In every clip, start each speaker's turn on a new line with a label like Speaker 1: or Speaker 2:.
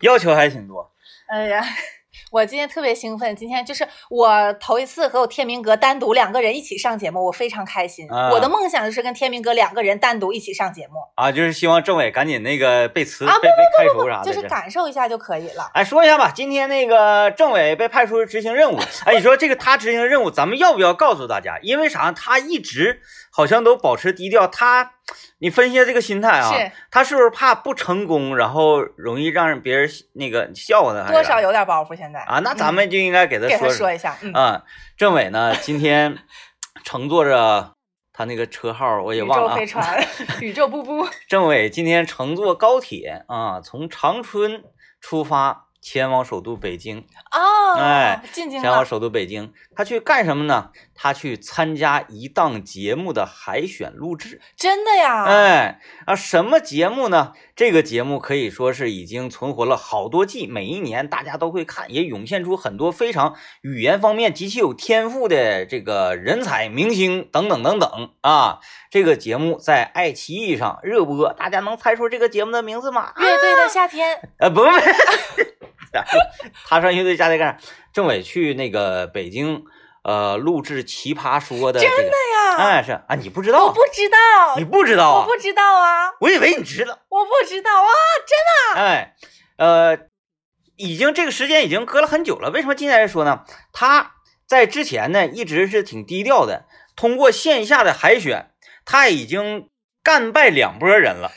Speaker 1: 要求还挺多。
Speaker 2: 哎呀， 我今天特别兴奋，今天就是我头一次和我天明哥单独两个人一起上节目，我非常开心。
Speaker 1: 啊
Speaker 2: 我的梦想就是跟天明哥两个人单独一起上节目，
Speaker 1: 啊，就是希望政委赶紧那个被辞、
Speaker 2: 啊
Speaker 1: 被被开除啥的。
Speaker 2: 就是
Speaker 1: 这
Speaker 2: 感受一下就可以了。
Speaker 1: 哎，说一下吧，今天那个政委被派出去执行 任务。哎，你说这个他执行任务，咱们要不要告诉大家？因为啥？他一直好像都保持低调。他，你分析下这个心态啊，
Speaker 2: 是
Speaker 1: 他是不是怕不成功，然后容易让别人那个笑话他？
Speaker 2: 多少有点包袱，现在
Speaker 1: 哎
Speaker 2: 嗯
Speaker 1: 啊？那咱们就应该给他
Speaker 2: 给他
Speaker 1: 说
Speaker 2: 说一下，嗯，
Speaker 1: 啊，政委呢，今天乘坐着他那个车号，我也
Speaker 2: 宇
Speaker 1: 忘了、
Speaker 2: 宙
Speaker 1: 啊。
Speaker 2: 飞船，宇宙步步，
Speaker 1: 政委今天乘坐高铁啊，从长春出发，前往首都北京。
Speaker 2: 哦，
Speaker 1: 哎，
Speaker 2: 进京
Speaker 1: 前往
Speaker 2: 了，
Speaker 1: 首都北京，他去干什么呢？他去参加一档节目的海选录制。
Speaker 2: 真的呀，
Speaker 1: 哎啊，什么节目呢？这个节目可以说是已经存活了好多季，每一年大家都会看，也涌现出很多非常语言方面极其有天赋的这个人才、明星等等等等啊。这个节目在爱奇艺上热播，大家能猜出这个节目的名字吗？
Speaker 2: 乐队的夏天，
Speaker 1: 呃，不是， 他上乐队家里干啥？政委去那个北京，呃，录制《奇葩说》的这个，
Speaker 2: 哎呀，
Speaker 1: 哎是啊，你不知
Speaker 2: 我
Speaker 1: 道
Speaker 2: 不，知道
Speaker 1: 你，不知道
Speaker 2: 我
Speaker 1: 啊？
Speaker 2: 不知道啊，
Speaker 1: 我以为你知道，
Speaker 2: 我不知道啊，
Speaker 1: 哎，呃，已经这个时间已经隔了很久了，为什么今天才说呢？他在之前呢一直是挺低调的，通过线下的海选，他已经干败两拨人了。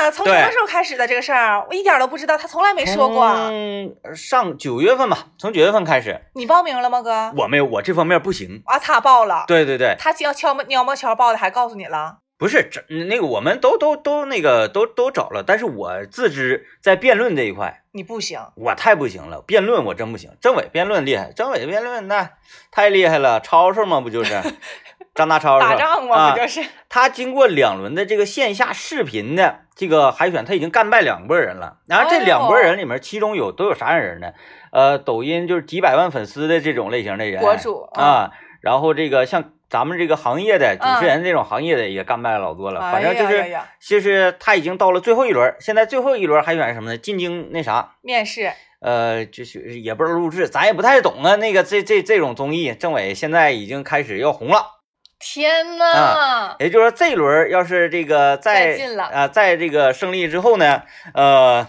Speaker 2: 那从什么
Speaker 1: 对
Speaker 2: 时候开始的这个事儿？啊我一点儿都不知道，他从来没说过。啊
Speaker 1: 嗯，上九月份吧，从九月份开始，
Speaker 2: 你报名了吗，哥？
Speaker 1: 我没有，我这方面不行。
Speaker 2: 啊，他报了。
Speaker 1: 对对对，
Speaker 2: 他要悄摸悄摸悄报的，还告诉你了。
Speaker 1: 不是这那个，我们都都都那个都都找了，但是我自知在辩论这一块，
Speaker 2: 你不行，
Speaker 1: 我太不行了，辩论我真不行。政委辩论厉害，政委辩论那太厉害了，超市嘛不就是 张大超市
Speaker 2: 打仗嘛，不
Speaker 1: 啊
Speaker 2: 就是？
Speaker 1: 他经过两轮的这个线下视频的这个海选，他已经干败两拨人了。然后这两
Speaker 2: 哎
Speaker 1: 拨人里面，其中有都有啥样人呢？呃，抖音就是几百万粉丝的这种类型的人，
Speaker 2: 博主嗯
Speaker 1: 啊。然后这个像咱们这个行业的主持人这种行业的也干败老多了。反正就
Speaker 2: 哎呀呀
Speaker 1: 是
Speaker 2: 呀
Speaker 1: 就是他已经到了最后一轮，现在最后一轮海选是什么呢？进京那啥。
Speaker 2: 面试
Speaker 1: 呃，就是也不知道录制，咱也不太懂啊。那个这这这种综艺，政委现在已经开始要红了。
Speaker 2: 天
Speaker 1: 啊
Speaker 2: 呐，
Speaker 1: 也就是说，这一轮儿要是这个在
Speaker 2: 再进了
Speaker 1: 啊、在这个胜利之后呢，呃，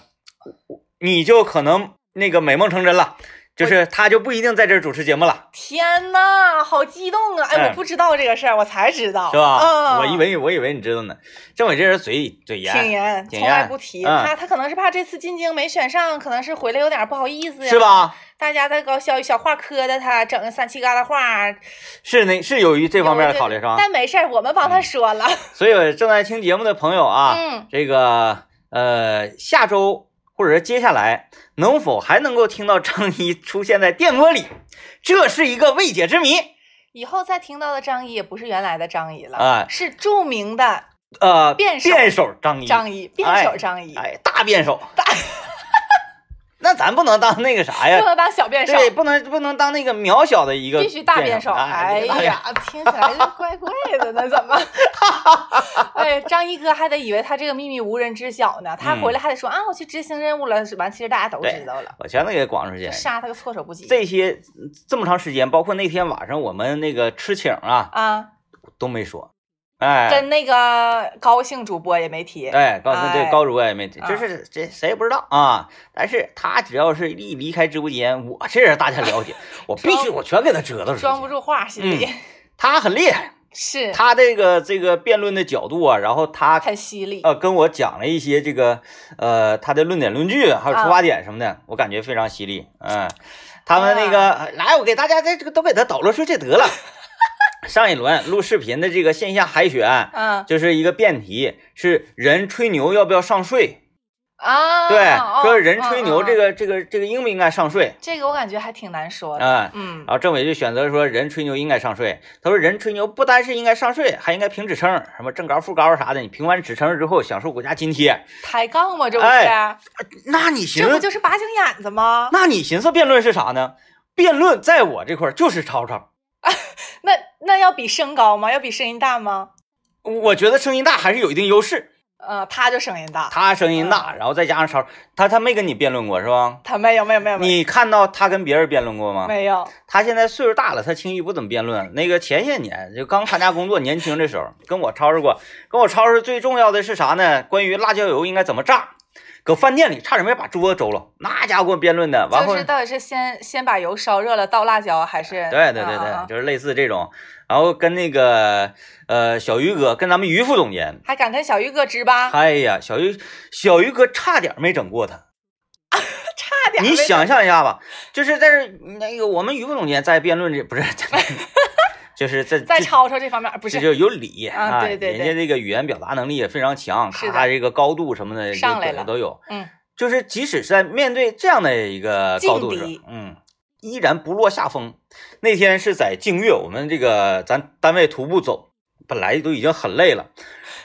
Speaker 1: 你就可能那个美梦成真了，就是他就不一定在这儿主持节目了，
Speaker 2: 天呐，好激动啊！哎，
Speaker 1: 哎
Speaker 2: 我不知道这个事儿，我才知道，
Speaker 1: 是吧？
Speaker 2: 嗯，
Speaker 1: 我以为我以为你知道呢，政委这人嘴嘴
Speaker 2: 挺
Speaker 1: 严，
Speaker 2: 严，
Speaker 1: 挺
Speaker 2: 从来
Speaker 1: 严
Speaker 2: 不提
Speaker 1: 嗯
Speaker 2: 他，他可能是怕这次进京没选上，可能是回来有点不好意思呀，
Speaker 1: 是？吧？
Speaker 2: 大家在搞小小话磕的他，整个三七疙瘩话，
Speaker 1: 是那是由于这
Speaker 2: 这
Speaker 1: 方面的考虑是吧？
Speaker 2: 但没事儿，我们帮他说了，
Speaker 1: 所以正在听节目的朋友啊，
Speaker 2: 嗯，
Speaker 1: 这个呃，下周或者是接下来能否还能够听到张一出现在电波里，这是一个未解之谜。
Speaker 2: 以后再听到的张译也不是原来的张译了，
Speaker 1: 哎
Speaker 2: 是著名的
Speaker 1: 呃，
Speaker 2: 辩手
Speaker 1: 张一，
Speaker 2: 张译，辩手张译，
Speaker 1: 哎，大辩手，大， 那咱不能当那个啥
Speaker 2: 不
Speaker 1: 呀，
Speaker 2: 能当小辩手，
Speaker 1: 对，不能不能当那个渺小的一哎个，
Speaker 2: 必须大辩手。哎，呀，听起来就怪怪的呢，怎么？ 哎，张一哥还得以为他这个秘密无人知晓呢，他
Speaker 1: 嗯
Speaker 2: 回来还得说、啊，我去执行任务了。完，其实大家都知道了，
Speaker 1: 我全都给广出去
Speaker 2: 就。杀他个措手不及。
Speaker 1: 这些这么长时间，包括那天晚上我们那个吃请啊，
Speaker 2: 啊，
Speaker 1: 都没说，哎。
Speaker 2: 跟那个高姓主播也没提。
Speaker 1: 哎，告诉
Speaker 2: 哎
Speaker 1: 对高主播也没提，
Speaker 2: 啊
Speaker 1: 就是这谁也不知道啊。但是他只要是一离开直播间，我这人大家了 解，我必须
Speaker 2: 装
Speaker 1: 我全给他折腾出去。
Speaker 2: 装不住话，心里、
Speaker 1: 他很厉害，
Speaker 2: 是
Speaker 1: 嗯他这个这个辩论的角度啊，然后他
Speaker 2: 很犀利。
Speaker 1: 呃跟我讲了一些这个呃他的论点论据，还有
Speaker 2: 啊
Speaker 1: 出发点什么的，我感觉非常犀利。嗯，他们
Speaker 2: 哎
Speaker 1: 那个、来，我给大家这这个都给他导罗出去得了。 上一轮录视频的这个线下海选，
Speaker 2: 嗯
Speaker 1: 呃就是一个辩题，是人吹牛要不要上税？
Speaker 2: 啊，
Speaker 1: 对，
Speaker 2: 哦
Speaker 1: 说人吹牛
Speaker 2: 嗯嗯
Speaker 1: 这个这个这个应不应该上税？
Speaker 2: 这个我感觉还挺难说的。
Speaker 1: 啊、
Speaker 2: 嗯
Speaker 1: 然，后政委就选择说人吹牛应该上税。他说人吹牛不单是应该上税，还应该评职称，什么正高副高啥的。你评完职称之后享受国家津贴，
Speaker 2: 抬杠嘛，这不是？啊
Speaker 1: 哎那你寻
Speaker 2: 这不
Speaker 1: 思，
Speaker 2: 就是拔井眼子吗？
Speaker 1: 那你寻思辩论是啥呢？辩论在我这块儿就是吵吵，
Speaker 2: 那那要比声高吗？要比声音大吗？
Speaker 1: 我觉得声音大还是有一定优势。
Speaker 2: 呃，他就声音大，
Speaker 1: 他声音大，
Speaker 2: 嗯
Speaker 1: 然后再加上超，他他没跟你辩论过是吧？
Speaker 2: 他没有没有没有没有
Speaker 1: 你啊看到他跟别人辩论过吗？
Speaker 2: 没有，
Speaker 1: 他现在岁数大了，他轻易不怎么辩论。那个前些年就刚参加工作，年轻的时候跟我吵吵过，跟我吵吵最重要的是啥呢？关于辣椒油应该怎么炸，搁饭店里差点没把桌子周了，那家伙辩论的，完后
Speaker 2: 就是到底是先先把油烧热了倒辣椒，还是
Speaker 1: 对对对
Speaker 2: 啊
Speaker 1: 对，就是类似这种，然后跟那个呃小于哥，跟咱们于副总监，
Speaker 2: 还敢跟小玉哥值吧？
Speaker 1: 哎呀，小于小于哥差点没整过他。
Speaker 2: 差点
Speaker 1: 你
Speaker 2: 没
Speaker 1: 想象一下吧，就是在这那个我们于副总监在辩论这不是， 就是在
Speaker 2: 再
Speaker 1: 这
Speaker 2: 吵吵这方面不
Speaker 1: 这
Speaker 2: 是
Speaker 1: 就有理
Speaker 2: 啊对对
Speaker 1: 人家
Speaker 2: 对
Speaker 1: 这个语言表达能力也非常强，
Speaker 2: 是的
Speaker 1: 咔这个高度什么的
Speaker 2: 上
Speaker 1: 这
Speaker 2: 来
Speaker 1: 个
Speaker 2: 了
Speaker 1: 都有，
Speaker 2: 嗯，
Speaker 1: 就是即使是在面对这样的一个高度
Speaker 2: 劲
Speaker 1: 上
Speaker 2: 敌，
Speaker 1: 嗯，依然不落下风。那天是在净月，我们这个咱单位徒步走，本来都已经很累了，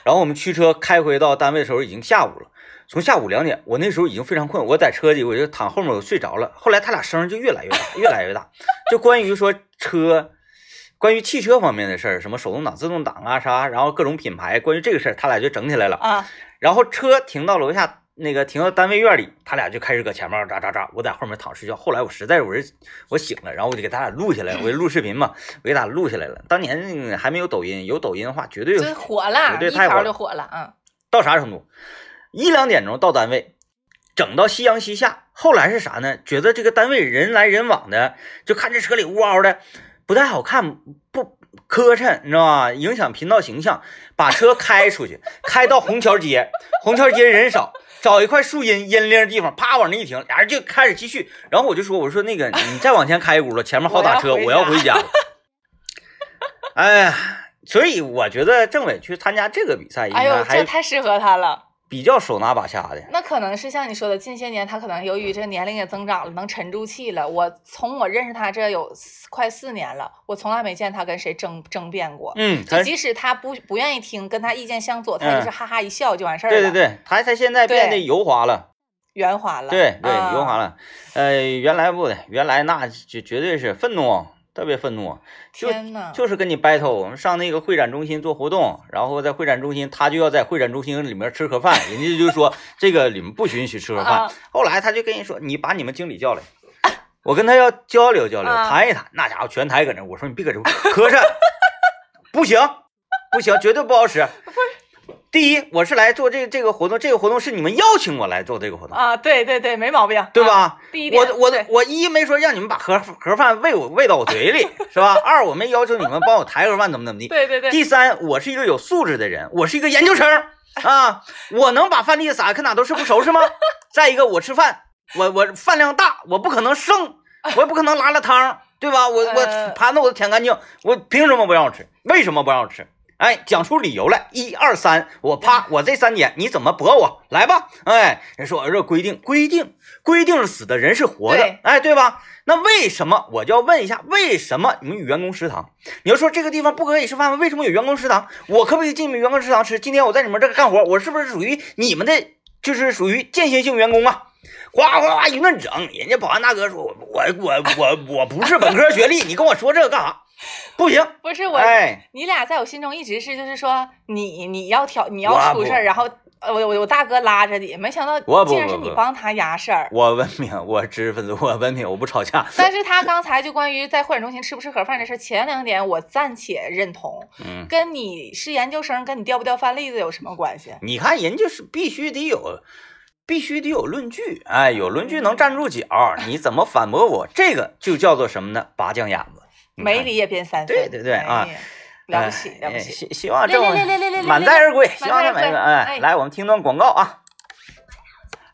Speaker 1: 然后我们驱车开回到单位的时候已经下午了。从下午两点，我那时候已经非常困，我在车里我就躺后面，我睡着了。后来他俩声儿就越来越大，越来越大。 就关于说车，关于汽车方面的事儿，什么手动挡、自动挡啊啥，然后各种品牌，关于这个事儿，他俩就整起来了。
Speaker 2: 啊，
Speaker 1: 然后车停到楼下，那个停到单位院里，他俩就开始搁前面喳喳喳，我在后面躺睡觉。后来我实在是我是我醒了，然后我就给他俩录下来，我就录视频嘛，我给他俩录下来了。当年那个还没有抖音，有抖音的话，绝对
Speaker 2: 就火了，
Speaker 1: 绝对
Speaker 2: 一
Speaker 1: 太火
Speaker 2: 条
Speaker 1: 了
Speaker 2: 就火了啊。
Speaker 1: 到啥程度？一两点钟到单位，整到夕阳西下。后来是啥呢？觉得这个单位人来人往的，就看这车里呜嗷的，不太好看，不磕碜，你知道吧？影响频道形象，把车开出去，开到虹桥街，虹桥街人少。找一块树荫阴灵的地方，啪往那一停，俩人就开始继续。然后我就说：“我说那个，你再往前开一轱辘，前面好打车，我
Speaker 2: 我
Speaker 1: 要
Speaker 2: 要
Speaker 1: 回
Speaker 2: 回
Speaker 1: 家了。” 哎呀，所以我觉得政委去参加这个比赛，应
Speaker 2: 哎
Speaker 1: 该
Speaker 2: 呦，
Speaker 1: 还
Speaker 2: 这太适合他了。
Speaker 1: 比较手拿把掐的。
Speaker 2: 那可能是像你说的，近些年他可能由于这年龄也增长了，能沉住气了。我从我认识他这有四快四年了，我从来没见他跟谁争争辩过。
Speaker 1: 嗯，
Speaker 2: 就
Speaker 1: 他
Speaker 2: 即使他不不愿意听，跟他意见相左，他就是
Speaker 1: 嗯
Speaker 2: 哈哈一笑就完事儿了。
Speaker 1: 对对，对，他他现在变得
Speaker 2: 对啊
Speaker 1: 油滑了，
Speaker 2: 圆滑了。
Speaker 1: 对对，油滑
Speaker 2: 了。
Speaker 1: 了。呃，原来不的，原来那就绝对是愤怒，特别愤怒，就
Speaker 2: 天呐，
Speaker 1: 就是跟你 battle。我们上那个会展中心做活动，然后在会展中心，他就要在会展中心里面吃盒饭，人家就说这个你们不允许吃盒饭
Speaker 2: 啊。
Speaker 1: 后来他就跟人说，你把你们经理叫来。我跟他要交流交流，
Speaker 2: 啊
Speaker 1: 谈一谈。那家伙全台搁那，我说你别搁这磕碜，不行，不行，绝对不好使。第一，我是来做这这个活动，这个活动是你们邀请我来做这个活动，
Speaker 2: 啊，对对对，没毛病，
Speaker 1: 对吧？
Speaker 2: 啊？第一点，
Speaker 1: 我我
Speaker 2: 对
Speaker 1: 我一没说让你们把盒盒饭喂我喂到我嘴里，是吧？ 二我没要求你们帮我抬盒饭怎么怎么地。
Speaker 2: 对对对，
Speaker 1: 第三，我是一个有素质的人，我是一个研究生啊，我能把饭粒撒开哪都是不收拾吗？ 再一个，我吃饭，我我饭量大，我不可能剩，我也不可能拉了汤，对吧？我我
Speaker 2: 呃
Speaker 1: 盘子我都舔干净，我凭什么不让我吃？为什么不让我吃？哎，讲出理由来，一二三，我啪，我这三点你怎么驳我？来吧，哎，人说这规定，规定，规定是死的，人是活的
Speaker 2: 对，
Speaker 1: 哎，对吧？那为什么我就要问一下，为什么你们有员工食堂？你要说这个地方不可以吃饭吗？为什么有员工食堂？我可不可以进你们员工食堂吃？今天我在你们这儿干活，我是不是属于你们的，就是属于间歇性员工啊？哗哗哗一顿整，人家保安大哥说，我我我我我不是本科学历，你跟我说这个干啥？不行，
Speaker 2: 不是我，
Speaker 1: 哎，
Speaker 2: 你俩在我心中一直是就是说你你要挑你
Speaker 1: 我啊
Speaker 2: 要出
Speaker 1: 不
Speaker 2: 事儿，然后呃我我我大哥拉着你，没想到
Speaker 1: 我啊不
Speaker 2: 竟然
Speaker 1: 不
Speaker 2: 是你
Speaker 1: 不
Speaker 2: 帮他压事儿。
Speaker 1: 我文明，我知识分子，我文明，我不吵架。
Speaker 2: 但是他刚才就关于在会展中心吃不吃盒饭这事儿，前两点我暂且认同，
Speaker 1: 嗯，
Speaker 2: 跟你是研究生，跟你掉不掉饭粒子有什么关系？
Speaker 1: 你看人就是必须得有，必须得有论据，哎，有论据能站住脚，你怎么反驳我？这个就叫做什么呢？拔将眼子，你看
Speaker 2: 没理也变三分，
Speaker 1: 对对对啊
Speaker 2: 哎呀，了不起
Speaker 1: 哎
Speaker 2: 了不
Speaker 1: 哎
Speaker 2: 起。
Speaker 1: 希希望
Speaker 2: 来
Speaker 1: 政
Speaker 2: 来来来来来来
Speaker 1: 委满载而归，希望政
Speaker 2: 满载而
Speaker 1: 委
Speaker 2: 归
Speaker 1: 哎
Speaker 2: 哎
Speaker 1: 来，我们听段广告啊。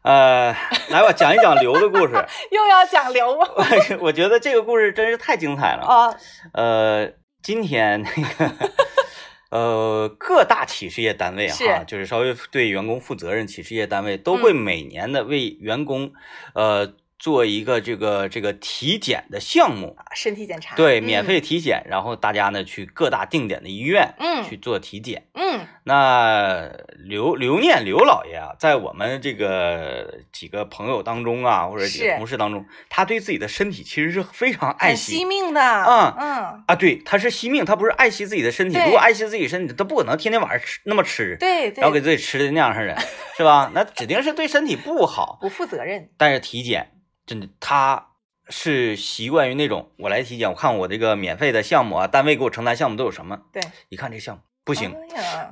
Speaker 1: 呃，来吧，讲一讲刘的故事。
Speaker 2: 又要讲刘啊吗？
Speaker 1: 我我觉得这个故事真是太精彩了。
Speaker 2: 啊，
Speaker 1: 呃，今天那个 呃各大企事业单位哈，
Speaker 2: 是嗯
Speaker 1: 就是稍微对员工负责任，企事业单位都会每年的为员工呃做一个这个这个体检的项目，
Speaker 2: 身体检查，
Speaker 1: 对，
Speaker 2: 嗯
Speaker 1: 免费体检，然后大家呢去各大定点的医院
Speaker 2: 嗯
Speaker 1: 去做体检。
Speaker 2: 嗯
Speaker 1: 那刘刘念刘老爷啊，在我们这个几个朋友当中啊，或者几个
Speaker 2: 是
Speaker 1: 同事当中，他对自己的身体其实是非常爱
Speaker 2: 很
Speaker 1: 惜
Speaker 2: 惜命的，
Speaker 1: 啊
Speaker 2: 嗯，
Speaker 1: 啊。对，他是惜命，他不是爱惜自己的身体。
Speaker 2: 对
Speaker 1: 如果爱惜自己身体，他不可能天天晚上吃那么吃，
Speaker 2: 对对
Speaker 1: 然后，给自己吃的那样式的，是吧？那指定是对身体不好。
Speaker 2: 不负责任，
Speaker 1: 但是体检真的，他是习惯于那种我来体检，我看我这个免费的项目啊，单位给我承担项目都有什么，
Speaker 2: 对，哦
Speaker 1: 一看这项目不
Speaker 2: 不
Speaker 1: 行，，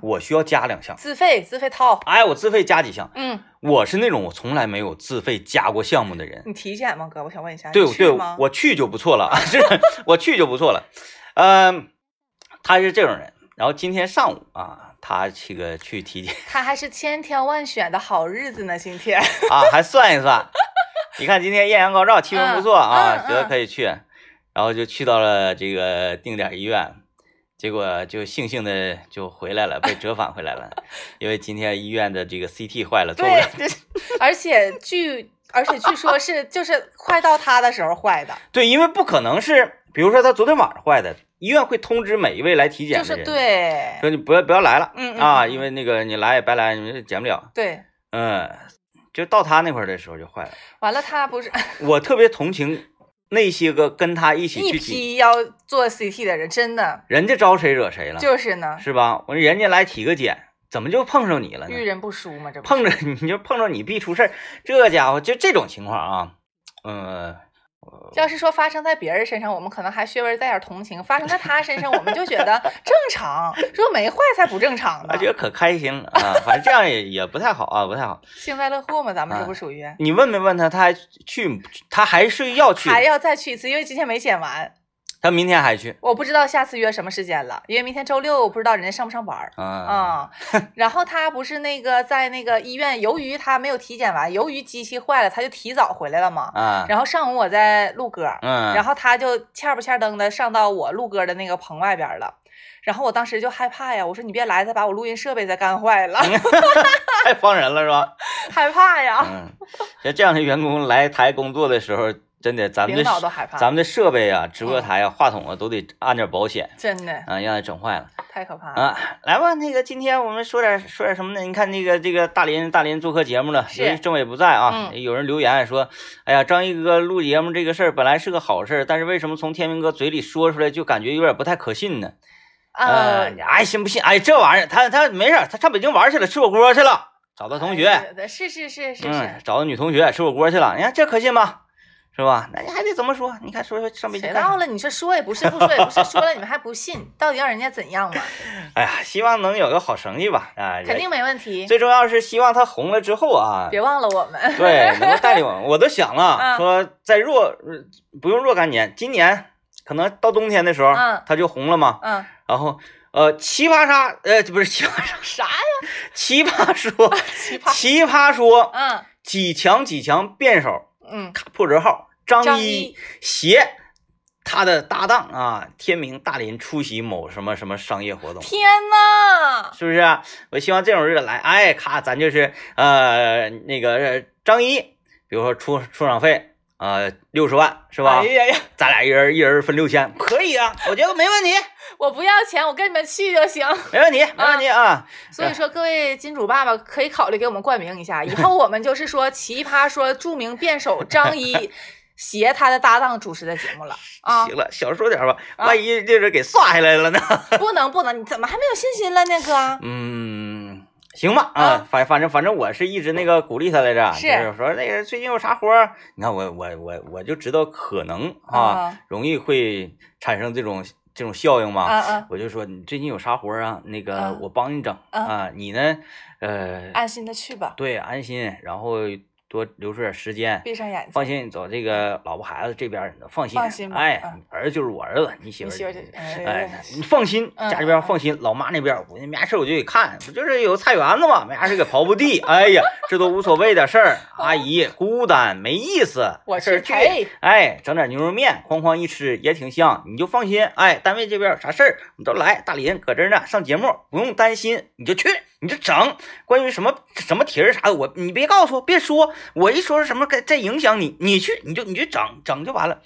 Speaker 1: 我需要加两项。
Speaker 2: 哎自费自费掏，
Speaker 1: 哎，我自费加几项。
Speaker 2: 嗯，
Speaker 1: 我是那种我从来没有自费加过项目的人。
Speaker 2: 你体检吗，哥？我想问一下，
Speaker 1: 对
Speaker 2: 你去
Speaker 1: 对
Speaker 2: 吗，？
Speaker 1: 我去就不错了， 是我去就不错了。嗯，他是这种人。然后今天上午啊，他这个去体检
Speaker 2: 他还是千挑万选的好日子呢，今天，
Speaker 1: 啊，还算一算。一看今天艳阳高照，气温不错啊，
Speaker 2: 嗯嗯
Speaker 1: 觉得
Speaker 2: 嗯
Speaker 1: 可以去，然后就去到了这个定点医院，结果就悻悻的就回来了，被折返回来了，因为今天医院的这个 CT 坏了，做不
Speaker 2: 对
Speaker 1: 了。，
Speaker 2: 而且据而且据说是就是快到他的时候坏的，
Speaker 1: 对，因为不可能是，比如说他昨天晚上坏的，医院会通知每一位来体检
Speaker 2: 就
Speaker 1: 的
Speaker 2: 是
Speaker 1: 人，
Speaker 2: 对
Speaker 1: 说你不要不要来了，
Speaker 2: 嗯嗯
Speaker 1: 啊，
Speaker 2: 嗯
Speaker 1: 因为那个你来也白来，你减不了，
Speaker 2: 对，
Speaker 1: 啊嗯，就到他那块儿的时候就坏了。
Speaker 2: 完了他不是
Speaker 1: 我特别同情那些个跟他一起
Speaker 2: 一
Speaker 1: 去体，
Speaker 2: 批要做 CT 的人，真的
Speaker 1: 人家招谁惹谁了，
Speaker 2: 就是呢，
Speaker 1: 是吧？我说人家来体个检，怎么就碰上你了呢
Speaker 2: 遇？人不淑嘛，这不
Speaker 1: 碰着你就碰着你必出事儿，这家伙就这种情况啊，嗯，
Speaker 2: 要是说发生在别人身上，我们可能还稍微带点同情；发生在他身上，我们就觉 得正常，说没坏才不正常呢
Speaker 1: 我。觉得可开心了 啊，反正这样也也不太好啊，不太好。
Speaker 2: 幸灾乐祸嘛，咱们这
Speaker 1: 啊
Speaker 2: 不属于、
Speaker 1: 你问没问他？他还去，他还是要去，
Speaker 2: 还要再去一次，因为今天没剪完，
Speaker 1: 他明天还去。
Speaker 2: 我不知道下次约什么时间了，因为明天周六我不知道人家上不上班儿。
Speaker 1: 啊、
Speaker 2: 啊、然后他不是那个在那个医院，由于他没有体检完，由于机器坏了，他就提早回来了嘛。
Speaker 1: 啊，
Speaker 2: 然后上午我在录歌，
Speaker 1: 嗯，
Speaker 2: 然后他就欠儿不欠儿登的上到我录歌的那个棚外边儿了，然后我当时就害怕呀，我说你别来，再把我录音设备再干坏了，
Speaker 1: 太放人了是吧？
Speaker 2: 害怕呀，
Speaker 1: 嗯，像这样的员工来台工作的时候，真的咱们
Speaker 2: 领导都
Speaker 1: 的
Speaker 2: 害怕，嗯
Speaker 1: 咱们的设备啊、直播台啊、话筒啊，都得按点保险
Speaker 2: 真的
Speaker 1: 啊，让他整坏了
Speaker 2: 太可怕了。
Speaker 1: 啊。来吧，那个今天我们说点说点什么呢？你看那个这个大林大林做客节目了，
Speaker 2: 是
Speaker 1: 由于政委不在啊，
Speaker 2: 嗯
Speaker 1: 有人留言说，哎呀，张一哥录节目这个事儿本来是个好事儿，但是为什么从天明哥嘴里说出来就感觉有点不太可信呢？
Speaker 2: 呃，
Speaker 1: 呃，哎，信不信？哎，这玩意儿，他他没事儿，他上北京玩去了，吃火锅去了，找到呃同学，
Speaker 2: 哎，对是是是是
Speaker 1: 嗯
Speaker 2: 是，，
Speaker 1: 找到女同学吃火锅去了，你看这可信吗？是吧？那你还得怎么说？你看说说上北京
Speaker 2: 谁
Speaker 1: 干啥
Speaker 2: 到了？你说说也不是，不说也不是，说了你们还不信，到底让人家怎样 嘛？
Speaker 1: 哎呀，希望能有个好成绩吧啊！
Speaker 2: 肯定没问题，
Speaker 1: 最重要是希望他红了之后啊，
Speaker 2: 别忘了我们。
Speaker 1: 对，能够带领我们。我都想了，
Speaker 2: 嗯
Speaker 1: 说在若呃不用若干年，今年可能到冬天的时候
Speaker 2: 嗯，
Speaker 1: 他就红了嘛。
Speaker 2: 嗯，
Speaker 1: 然后呃，奇葩沙呃不是奇葩沙，
Speaker 2: 啥呀？
Speaker 1: 奇葩说，
Speaker 2: 奇葩。
Speaker 1: 奇葩说
Speaker 2: 嗯
Speaker 1: 几强几强辩手，
Speaker 2: 嗯，
Speaker 1: 咔破折号张
Speaker 2: 张
Speaker 1: 一
Speaker 2: 一
Speaker 1: 携他的搭档啊，天明大林出席某什么什么商业活动，
Speaker 2: 天呐，
Speaker 1: 是不是啊、我希望这种日子来，哎，咔，咱就是呃那个呃张一，比如说出出场费啊六十万是吧？
Speaker 2: 哎呀呀，
Speaker 1: 咱俩一人一人分六千，可以啊，我觉得没问题，
Speaker 2: 我不要钱，我跟你们去就行。
Speaker 1: 没问题，没问题啊。
Speaker 2: 所以说，各位金主爸爸可以考虑给我们冠名一下，以后我们就是说奇葩说著名辩手张一携他的搭档主持的节目了啊！
Speaker 1: 行了，小数点吧，
Speaker 2: 啊
Speaker 1: 万一这是给刷下来了呢？
Speaker 2: 不能不能，你怎么还没有信心了呢，哥？
Speaker 1: 嗯，行吧，啊
Speaker 2: 啊，
Speaker 1: 反反正反正我是一直那个鼓励他来着，
Speaker 2: 是
Speaker 1: 就是说那个最近有啥活儿，你看我我我我就知道可能啊，
Speaker 2: 啊
Speaker 1: 容易会产生这种这种效应嘛。
Speaker 2: 啊啊！
Speaker 1: 我就说你最近有啥活儿啊？那个
Speaker 2: 啊
Speaker 1: 我帮你整
Speaker 2: 啊
Speaker 1: 你呢，呃，
Speaker 2: 安心的去吧，
Speaker 1: 对，安心，然后多留出点时间，
Speaker 2: 闭上眼睛。
Speaker 1: 放心，走这个老婆孩子这边儿你都放心，
Speaker 2: 放心吧
Speaker 1: 哎，
Speaker 2: 嗯
Speaker 1: 儿子就是我儿子，你媳妇
Speaker 2: 你
Speaker 1: 儿
Speaker 2: 媳妇儿就
Speaker 1: 哎
Speaker 2: 哎，，
Speaker 1: 你放心，
Speaker 2: 嗯
Speaker 1: 家这边
Speaker 2: 嗯
Speaker 1: 放心，老妈那边我没啥事儿我就给看，不就是有菜园子嘛，没啥事给刨刨地，哎呀，这都无所谓的事儿。阿姨孤单没意思，
Speaker 2: 我
Speaker 1: 事儿
Speaker 2: 去
Speaker 1: 去，
Speaker 2: 陪。
Speaker 1: 哎，整点牛肉面，哐哐一吃也挺香，你就放心，哎，单位这边有啥事儿你都来，大林搁这儿呢，上节目不用担心，你就去，你这整关于什么什么题儿啥的，我你别告诉我，别说，我一说什么该再影响你，你去你就你去整整就完了，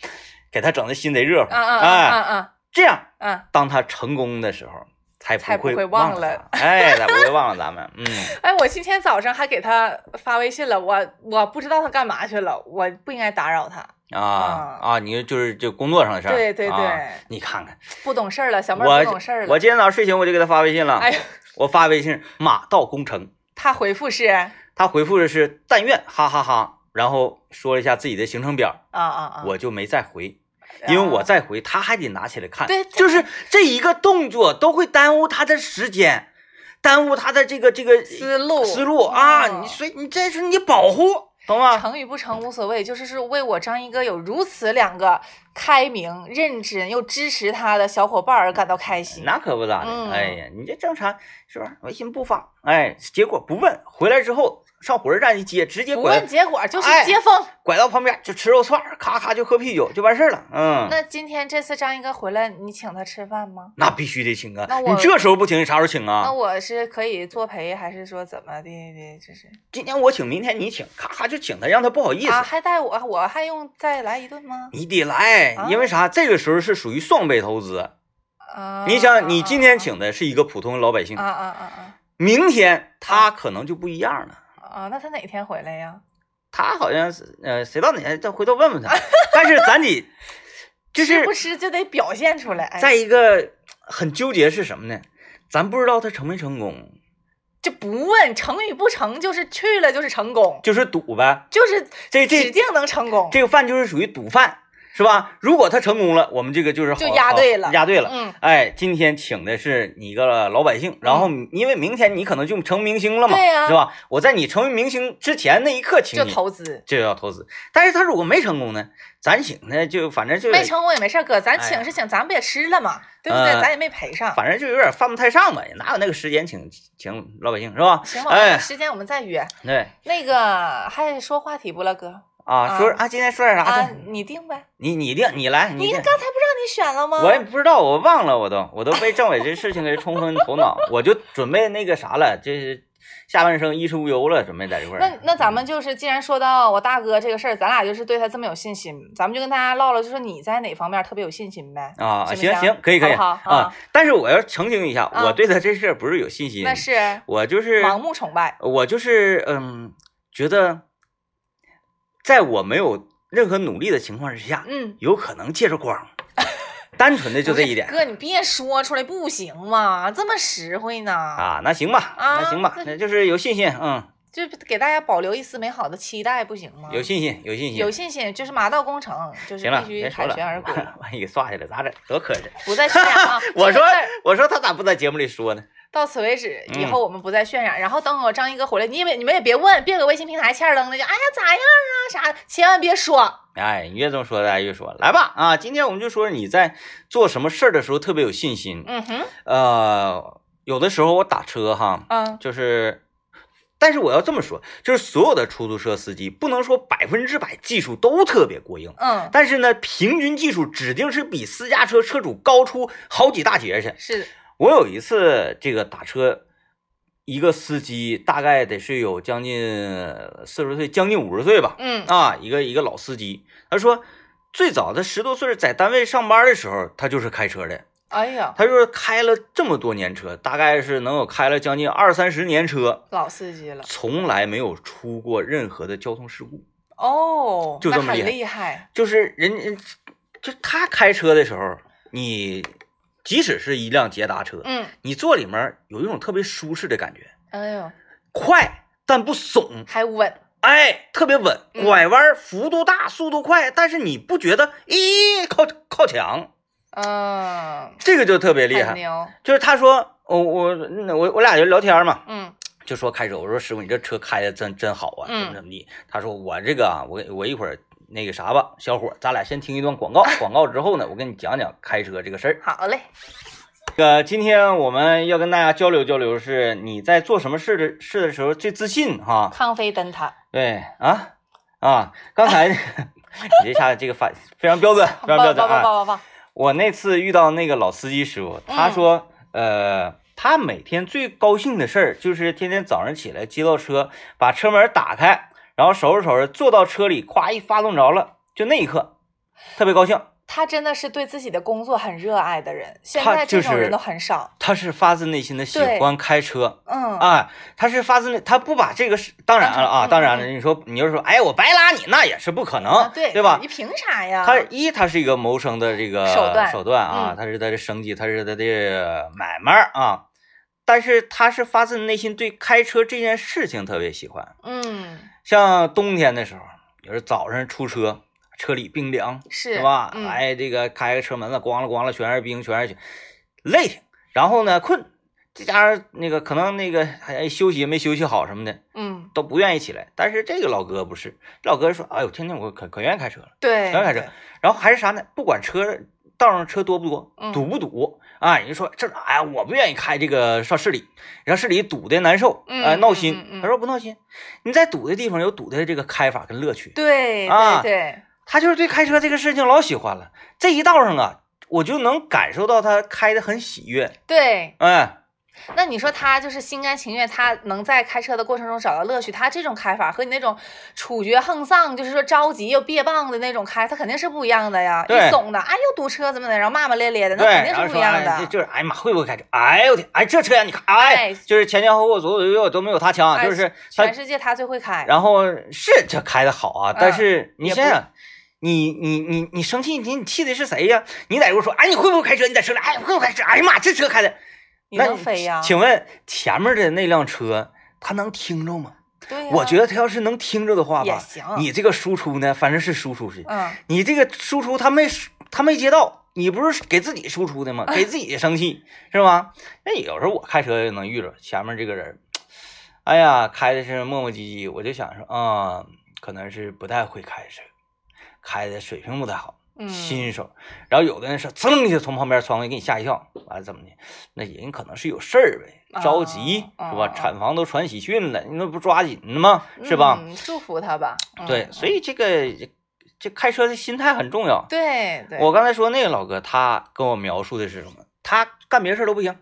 Speaker 1: 给他整的心贼热乎，
Speaker 2: 啊啊
Speaker 1: 哎，
Speaker 2: 啊啊
Speaker 1: 这样
Speaker 2: 啊啊！
Speaker 1: 当他成功的时候，才
Speaker 2: 才不
Speaker 1: 会
Speaker 2: 会
Speaker 1: 忘
Speaker 2: 忘
Speaker 1: 咱们，哎，才不会忘了咱们，嗯，
Speaker 2: 哎，我今天早上还给他发微信了，我我不知道他干嘛去了，我不应该打扰他。
Speaker 1: 啊
Speaker 2: 啊
Speaker 1: 啊，你就是就工作上的事儿，
Speaker 2: 对对
Speaker 1: 啊
Speaker 2: 对
Speaker 1: 你看看，
Speaker 2: 不懂事儿了，小妹儿
Speaker 1: 我
Speaker 2: 不懂事儿了。
Speaker 1: 我今天早上睡醒我就给他发微信了，
Speaker 2: 哎呀，
Speaker 1: 我发微信马到功成，
Speaker 2: 他回复是啊
Speaker 1: 他回复的是但愿，哈哈哈然后说了一下自己的行程表，
Speaker 2: 啊啊！
Speaker 1: 我就没再回，因为我再回他还得拿起来看，
Speaker 2: 对对
Speaker 1: 就是这一个动作都会耽误他的时间，耽误他的这个这个
Speaker 2: 思路
Speaker 1: 思路啊，
Speaker 2: 嗯
Speaker 1: 你所以你这是你保护，懂吗？
Speaker 2: 成与不成无所谓，就是是为我张一哥有如此两个开明、认真又支持他的小伙伴而感到开心。
Speaker 1: 那可不咋的，
Speaker 2: 嗯
Speaker 1: 哎呀，你这正常是不是？微信不发，哎，结果不问，回来之后上火车站一接，直接
Speaker 2: 不
Speaker 1: 拐
Speaker 2: 问结果就是
Speaker 1: 哎
Speaker 2: 接风。
Speaker 1: 拐到旁边就吃肉串儿，咔咔就喝啤酒就完事儿了，嗯。
Speaker 2: 那今天这次张一哥回来，你请他吃饭吗？
Speaker 1: 那必须得请啊！
Speaker 2: 那我
Speaker 1: 你这时候不请，你啥时候请
Speaker 2: 那
Speaker 1: 啊？
Speaker 2: 我是可以作陪，还是说怎么的的？就是
Speaker 1: 今天我请，明天你请，咔咔就请他，让他不好意思。
Speaker 2: 啊，还带我，我还用再来一顿吗？
Speaker 1: 你得来，
Speaker 2: 啊
Speaker 1: 因为啥？这个时候是属于双倍投资。
Speaker 2: 啊，
Speaker 1: 你想，你今天
Speaker 2: 啊
Speaker 1: 请的是一个普通老百姓，
Speaker 2: 啊啊啊
Speaker 1: 明天他可能就不一样了。
Speaker 2: 啊啊！那他哪天回来呀？
Speaker 1: 他好像是呃，谁到哪天再回头问问他。但是咱 得就
Speaker 2: 吃
Speaker 1: 是
Speaker 2: 不吃就得表现出 来，哎
Speaker 1: 再一个很纠结是什么呢？咱不知道他成没成功，
Speaker 2: 就不问成与不成，就是去了就是成功，
Speaker 1: 就是赌呗。
Speaker 2: 就是
Speaker 1: 这这
Speaker 2: 指定能成功。
Speaker 1: 这个饭就是属于赌饭，是吧？如果他成功了，我们这个就是好
Speaker 2: 就压对了
Speaker 1: 好压对了。
Speaker 2: 嗯，
Speaker 1: 哎，今天请的是你一个老百姓，然后因为明天你可能就成明星了嘛，
Speaker 2: 嗯对呀
Speaker 1: 是吧？我在你成为明星之前那一刻请
Speaker 2: 就
Speaker 1: 你，
Speaker 2: 投资。
Speaker 1: 就要投资。但是他如果没成功呢，咱请他就反正就
Speaker 2: 没成功也没事儿，哥，
Speaker 1: 哎
Speaker 2: 咱请是请，咱不也吃了吗？对不对？
Speaker 1: 呃
Speaker 2: 咱也没赔 上。
Speaker 1: 反正就有点犯不太上吧，也哪有那个时间请请老百姓是吧？
Speaker 2: 行吧，
Speaker 1: 哎，
Speaker 2: 时间我们再约。
Speaker 1: 对
Speaker 2: 那个还说话题不了，哥
Speaker 1: 啊，说啊，今天说点啥？
Speaker 2: 啊
Speaker 1: 对，
Speaker 2: 你定呗。
Speaker 1: 你你定，你来，
Speaker 2: 你
Speaker 1: 定
Speaker 2: 刚。才不让你选了吗？
Speaker 1: 我也不知道，我忘了，我都我都被政委这事情给冲昏头脑，我就准备那个啥了，这是下半生衣食无忧了，准备在这块儿。嗯
Speaker 2: 那那咱们就是，既然说到我大哥这个事儿，咱俩就是对他这么有信心，咱们就跟大家唠唠，就说你在哪方面特别有信心呗？
Speaker 1: 啊，
Speaker 2: 行
Speaker 1: 行
Speaker 2: 不行
Speaker 1: 可以可以
Speaker 2: 好不好
Speaker 1: 啊
Speaker 2: 啊，
Speaker 1: 但是我要澄清一下，
Speaker 2: 啊
Speaker 1: 我对他这事儿不是有信心，
Speaker 2: 那是
Speaker 1: 我嗯就是
Speaker 2: 盲目崇拜。
Speaker 1: 我就是嗯，觉得在我没有任何努力的情况之下，
Speaker 2: 嗯，
Speaker 1: 有可能借着 光，单纯的就这一点
Speaker 2: 不是哥，你别说出来不行吗？这么实惠呢？
Speaker 1: 啊，那行吧，
Speaker 2: 啊
Speaker 1: 那行吧，
Speaker 2: 那
Speaker 1: 那就是有信心，嗯，
Speaker 2: 就给大家保留一丝美好的期待，不行吗？
Speaker 1: 有信心，有信心，
Speaker 2: 有信心，就是马到功成，就是
Speaker 1: 行了，
Speaker 2: 必须
Speaker 1: 别说
Speaker 2: 凯
Speaker 1: 了，
Speaker 2: 旋而归，
Speaker 1: 万一给刷下来咋整？多磕碜！！
Speaker 2: 不再渲染啊
Speaker 1: 我
Speaker 2: 这
Speaker 1: 说
Speaker 2: 个事儿
Speaker 1: 我说他咋不在节目里说呢？
Speaker 2: 到此为止，以
Speaker 1: 嗯
Speaker 2: 后我们不再渲染。然后等我张一哥回来，你们你们也别问，别搁微信平台欠儿扔的，就哎呀咋样啊啥的，千万别说。
Speaker 1: 哎，你越这么说，大家越说来吧啊！今天我们就说你在做什么事儿的时候特别有信心。
Speaker 2: 嗯哼，
Speaker 1: 呃，有的时候我打车哈，
Speaker 2: 嗯
Speaker 1: 就是，但是我要这么说，就是所有的出租车司机不能说百分之百技术都特别过硬，
Speaker 2: 嗯，
Speaker 1: 但是呢，平均技术指定是比私家车车主高出好几大截去。
Speaker 2: 是的，
Speaker 1: 我有一次这个打车，一个司机大概得是有将近四十岁，将近五十岁吧，
Speaker 2: 嗯
Speaker 1: 啊，一个一个老司机，他说最早他十多岁在单位上班的时候，他就是开车的，
Speaker 2: 哎呀，
Speaker 1: 他就是开了这么多年车，大概是能有开了将近二三十年车，
Speaker 2: 老司机了
Speaker 1: 从来没有出过任何的交通事故，
Speaker 2: 哦，
Speaker 1: 就
Speaker 2: 那
Speaker 1: 这么
Speaker 2: 很
Speaker 1: 厉害
Speaker 2: 厉害，
Speaker 1: 就是人，就他开车的时候，你即使是一辆捷达车，
Speaker 2: 嗯，
Speaker 1: 你坐里面有一种特别舒适的感觉。
Speaker 2: 哎呦，
Speaker 1: 快但不怂，
Speaker 2: 还稳，
Speaker 1: 哎，特别稳，
Speaker 2: 嗯
Speaker 1: 拐弯幅度大，速度快，但是你不觉得咦靠靠墙，
Speaker 2: 嗯，
Speaker 1: 这个就特别厉
Speaker 2: 很
Speaker 1: 害。
Speaker 2: 牛，
Speaker 1: 就是他说，我我那我我俩就聊天嘛，
Speaker 2: 嗯
Speaker 1: 就说开车，我说师傅你这车开的真真好啊，怎
Speaker 2: 嗯
Speaker 1: 么怎么地？他说我这个啊，我我一会儿那个啥吧，小伙儿，咱俩先听一段广告，广告之后呢，我跟你讲讲开车这个事儿。
Speaker 2: 好嘞，
Speaker 1: 这个今天我们要跟大家交流交流，是你在做什么事的事的时候最自信哈、
Speaker 2: 康菲登塔，
Speaker 1: 对啊啊，刚才 你这下这个反非常标准，非
Speaker 2: 棒
Speaker 1: 常标
Speaker 2: 棒
Speaker 1: 准
Speaker 2: 棒
Speaker 1: 啊！
Speaker 2: 棒棒棒，
Speaker 1: 我那次遇到那个老司机师傅，他
Speaker 2: 嗯
Speaker 1: 说，呃，他每天最高兴的事儿就是天天早上起来接到车，把车门打开，然后收拾收拾，坐到车里，咵一发动着了，就那一刻特别高兴。
Speaker 2: 他真的是对自己的工作很热爱的人，现
Speaker 1: 他
Speaker 2: 在
Speaker 1: 就
Speaker 2: 这
Speaker 1: 是
Speaker 2: 种人都很少。
Speaker 1: 他是发自内心的喜
Speaker 2: 对
Speaker 1: 欢开车，
Speaker 2: 嗯，
Speaker 1: 啊，他是发自内，他不把这个是当然了啊，
Speaker 2: 嗯
Speaker 1: 当然了，你说你要说，哎，我白拉你，那也是不可能，
Speaker 2: 啊对
Speaker 1: 对吧？
Speaker 2: 你凭啥呀？
Speaker 1: 他一，他是一个谋生的这个
Speaker 2: 啊手段
Speaker 1: 手段啊
Speaker 2: 嗯，
Speaker 1: 他是他的生计，他是他的买卖儿啊，但是他是发自内心对开车这件事情特别喜欢。
Speaker 2: 嗯
Speaker 1: 像冬天的时候，有时早上出车，车里冰凉，
Speaker 2: 是
Speaker 1: 是吧？
Speaker 2: 嗯
Speaker 1: 哎，这个开个车门子，咣了咣了，全是冰，全是雪，累挺。然后呢，困，这家伙那个可能那个还哎休息也没休息好什么的，
Speaker 2: 嗯，
Speaker 1: 都不愿意起来。但是这个老哥不是，老哥说：“哎呦，天天我可可愿意开车了，可
Speaker 2: 对，
Speaker 1: 愿意开车。”然后还是啥呢？不管车道上车多不多，
Speaker 2: 嗯
Speaker 1: 堵不堵啊？人家说这哎呀，我不愿意开这个上市里，让市里堵的难受，
Speaker 2: 嗯
Speaker 1: 哎，闹
Speaker 2: 嗯嗯
Speaker 1: 心。
Speaker 2: 嗯
Speaker 1: 他说不闹心，你在堵的地方有堵的这个开法跟乐趣。
Speaker 2: 对
Speaker 1: 啊
Speaker 2: 对对，
Speaker 1: 他就是对开车这个事情老喜欢了。这一道上啊，我就能感受到他开的很喜悦。
Speaker 2: 对，
Speaker 1: 哎，
Speaker 2: 那你说他就是心甘情愿，他能在开车的过程中找到乐趣，他这种开法和你那种处决横丧，就是说着急又憋棒的那种开，他肯定是不一样的呀。一
Speaker 1: 对
Speaker 2: 怂的，哎又堵车怎么的，然后骂骂咧咧的，那
Speaker 1: 对，
Speaker 2: 肯定
Speaker 1: 然后
Speaker 2: 是不
Speaker 1: 说
Speaker 2: 一样
Speaker 1: 哎，这
Speaker 2: 的。
Speaker 1: 就是哎呀妈，会不会开车？哎呦我天，哎这车呀，你看，哎，
Speaker 2: 哎
Speaker 1: 就是前前后后左左右右都没有他强，
Speaker 2: 哎
Speaker 1: 就是他
Speaker 2: 全。世界他最会开，
Speaker 1: 然后是这开的好啊，
Speaker 2: 嗯
Speaker 1: 但是你
Speaker 2: 也
Speaker 1: 想想。你你你你生气你你气的是谁呀？你在屋说，哎，你会不会开车？你在车里，哎，会不会开车？哎呀妈，这车开的，
Speaker 2: 你
Speaker 1: 那
Speaker 2: 能飞呀？
Speaker 1: 请问前面的那辆车，他能听着吗？
Speaker 2: 对呀，
Speaker 1: 我觉得他要是能听着的话
Speaker 2: 也
Speaker 1: 吧，
Speaker 2: 行。
Speaker 1: 你这个输出呢，反正是输出去，
Speaker 2: 嗯，
Speaker 1: 你这个输出他没他没接到，你不是给自己输出的
Speaker 2: 哎
Speaker 1: 吗？给自己生气是吧？那有时候我开车也能遇着前面这个人，哎呀，开的是磨磨唧唧，我就想说啊、可能是不太会开车，开的水平不太好。
Speaker 2: 嗯
Speaker 1: 新手，然后有的人是噌一下从旁边穿过去，给你吓一跳，完了怎么的？那人可能是有事儿呗，着急、
Speaker 2: 啊
Speaker 1: 是
Speaker 2: 啊
Speaker 1: 吧？
Speaker 2: 啊
Speaker 1: 产房都传喜讯了，你那不抓紧呢吗？是吧？
Speaker 2: 嗯祝福他吧。嗯
Speaker 1: 对，所以这个这开车的心态很重要。
Speaker 2: 对对，
Speaker 1: 我刚才说那个老哥，他跟我描述的是什么？他干别的事儿都不行，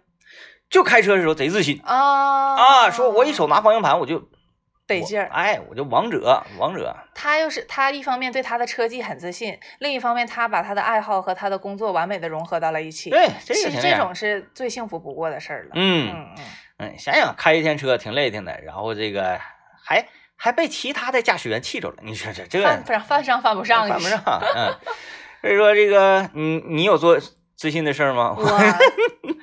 Speaker 1: 就开车的时候贼自信
Speaker 2: 啊
Speaker 1: 啊！说我一手拿方向盘，我就
Speaker 2: 得劲
Speaker 1: 我
Speaker 2: 儿。
Speaker 1: 哎，我就王者，王者。
Speaker 2: 他又是他一方面对他的车技很自信，另一方面他把他的爱好和他的工作完美的融合到了一起。
Speaker 1: 对，这
Speaker 2: 其
Speaker 1: 个
Speaker 2: 实
Speaker 1: 挺厉
Speaker 2: 这
Speaker 1: 害
Speaker 2: 种是最幸福不过的事儿了。
Speaker 1: 嗯
Speaker 2: 嗯
Speaker 1: 嗯，想想开一天车挺累挺的，然后这个还还被其他的驾驶员气着了，你说这这
Speaker 2: 嗯，犯不上犯上犯不上，
Speaker 1: 犯不上，嗯。所以说这个你你有做自信的事儿吗？
Speaker 2: 嗯我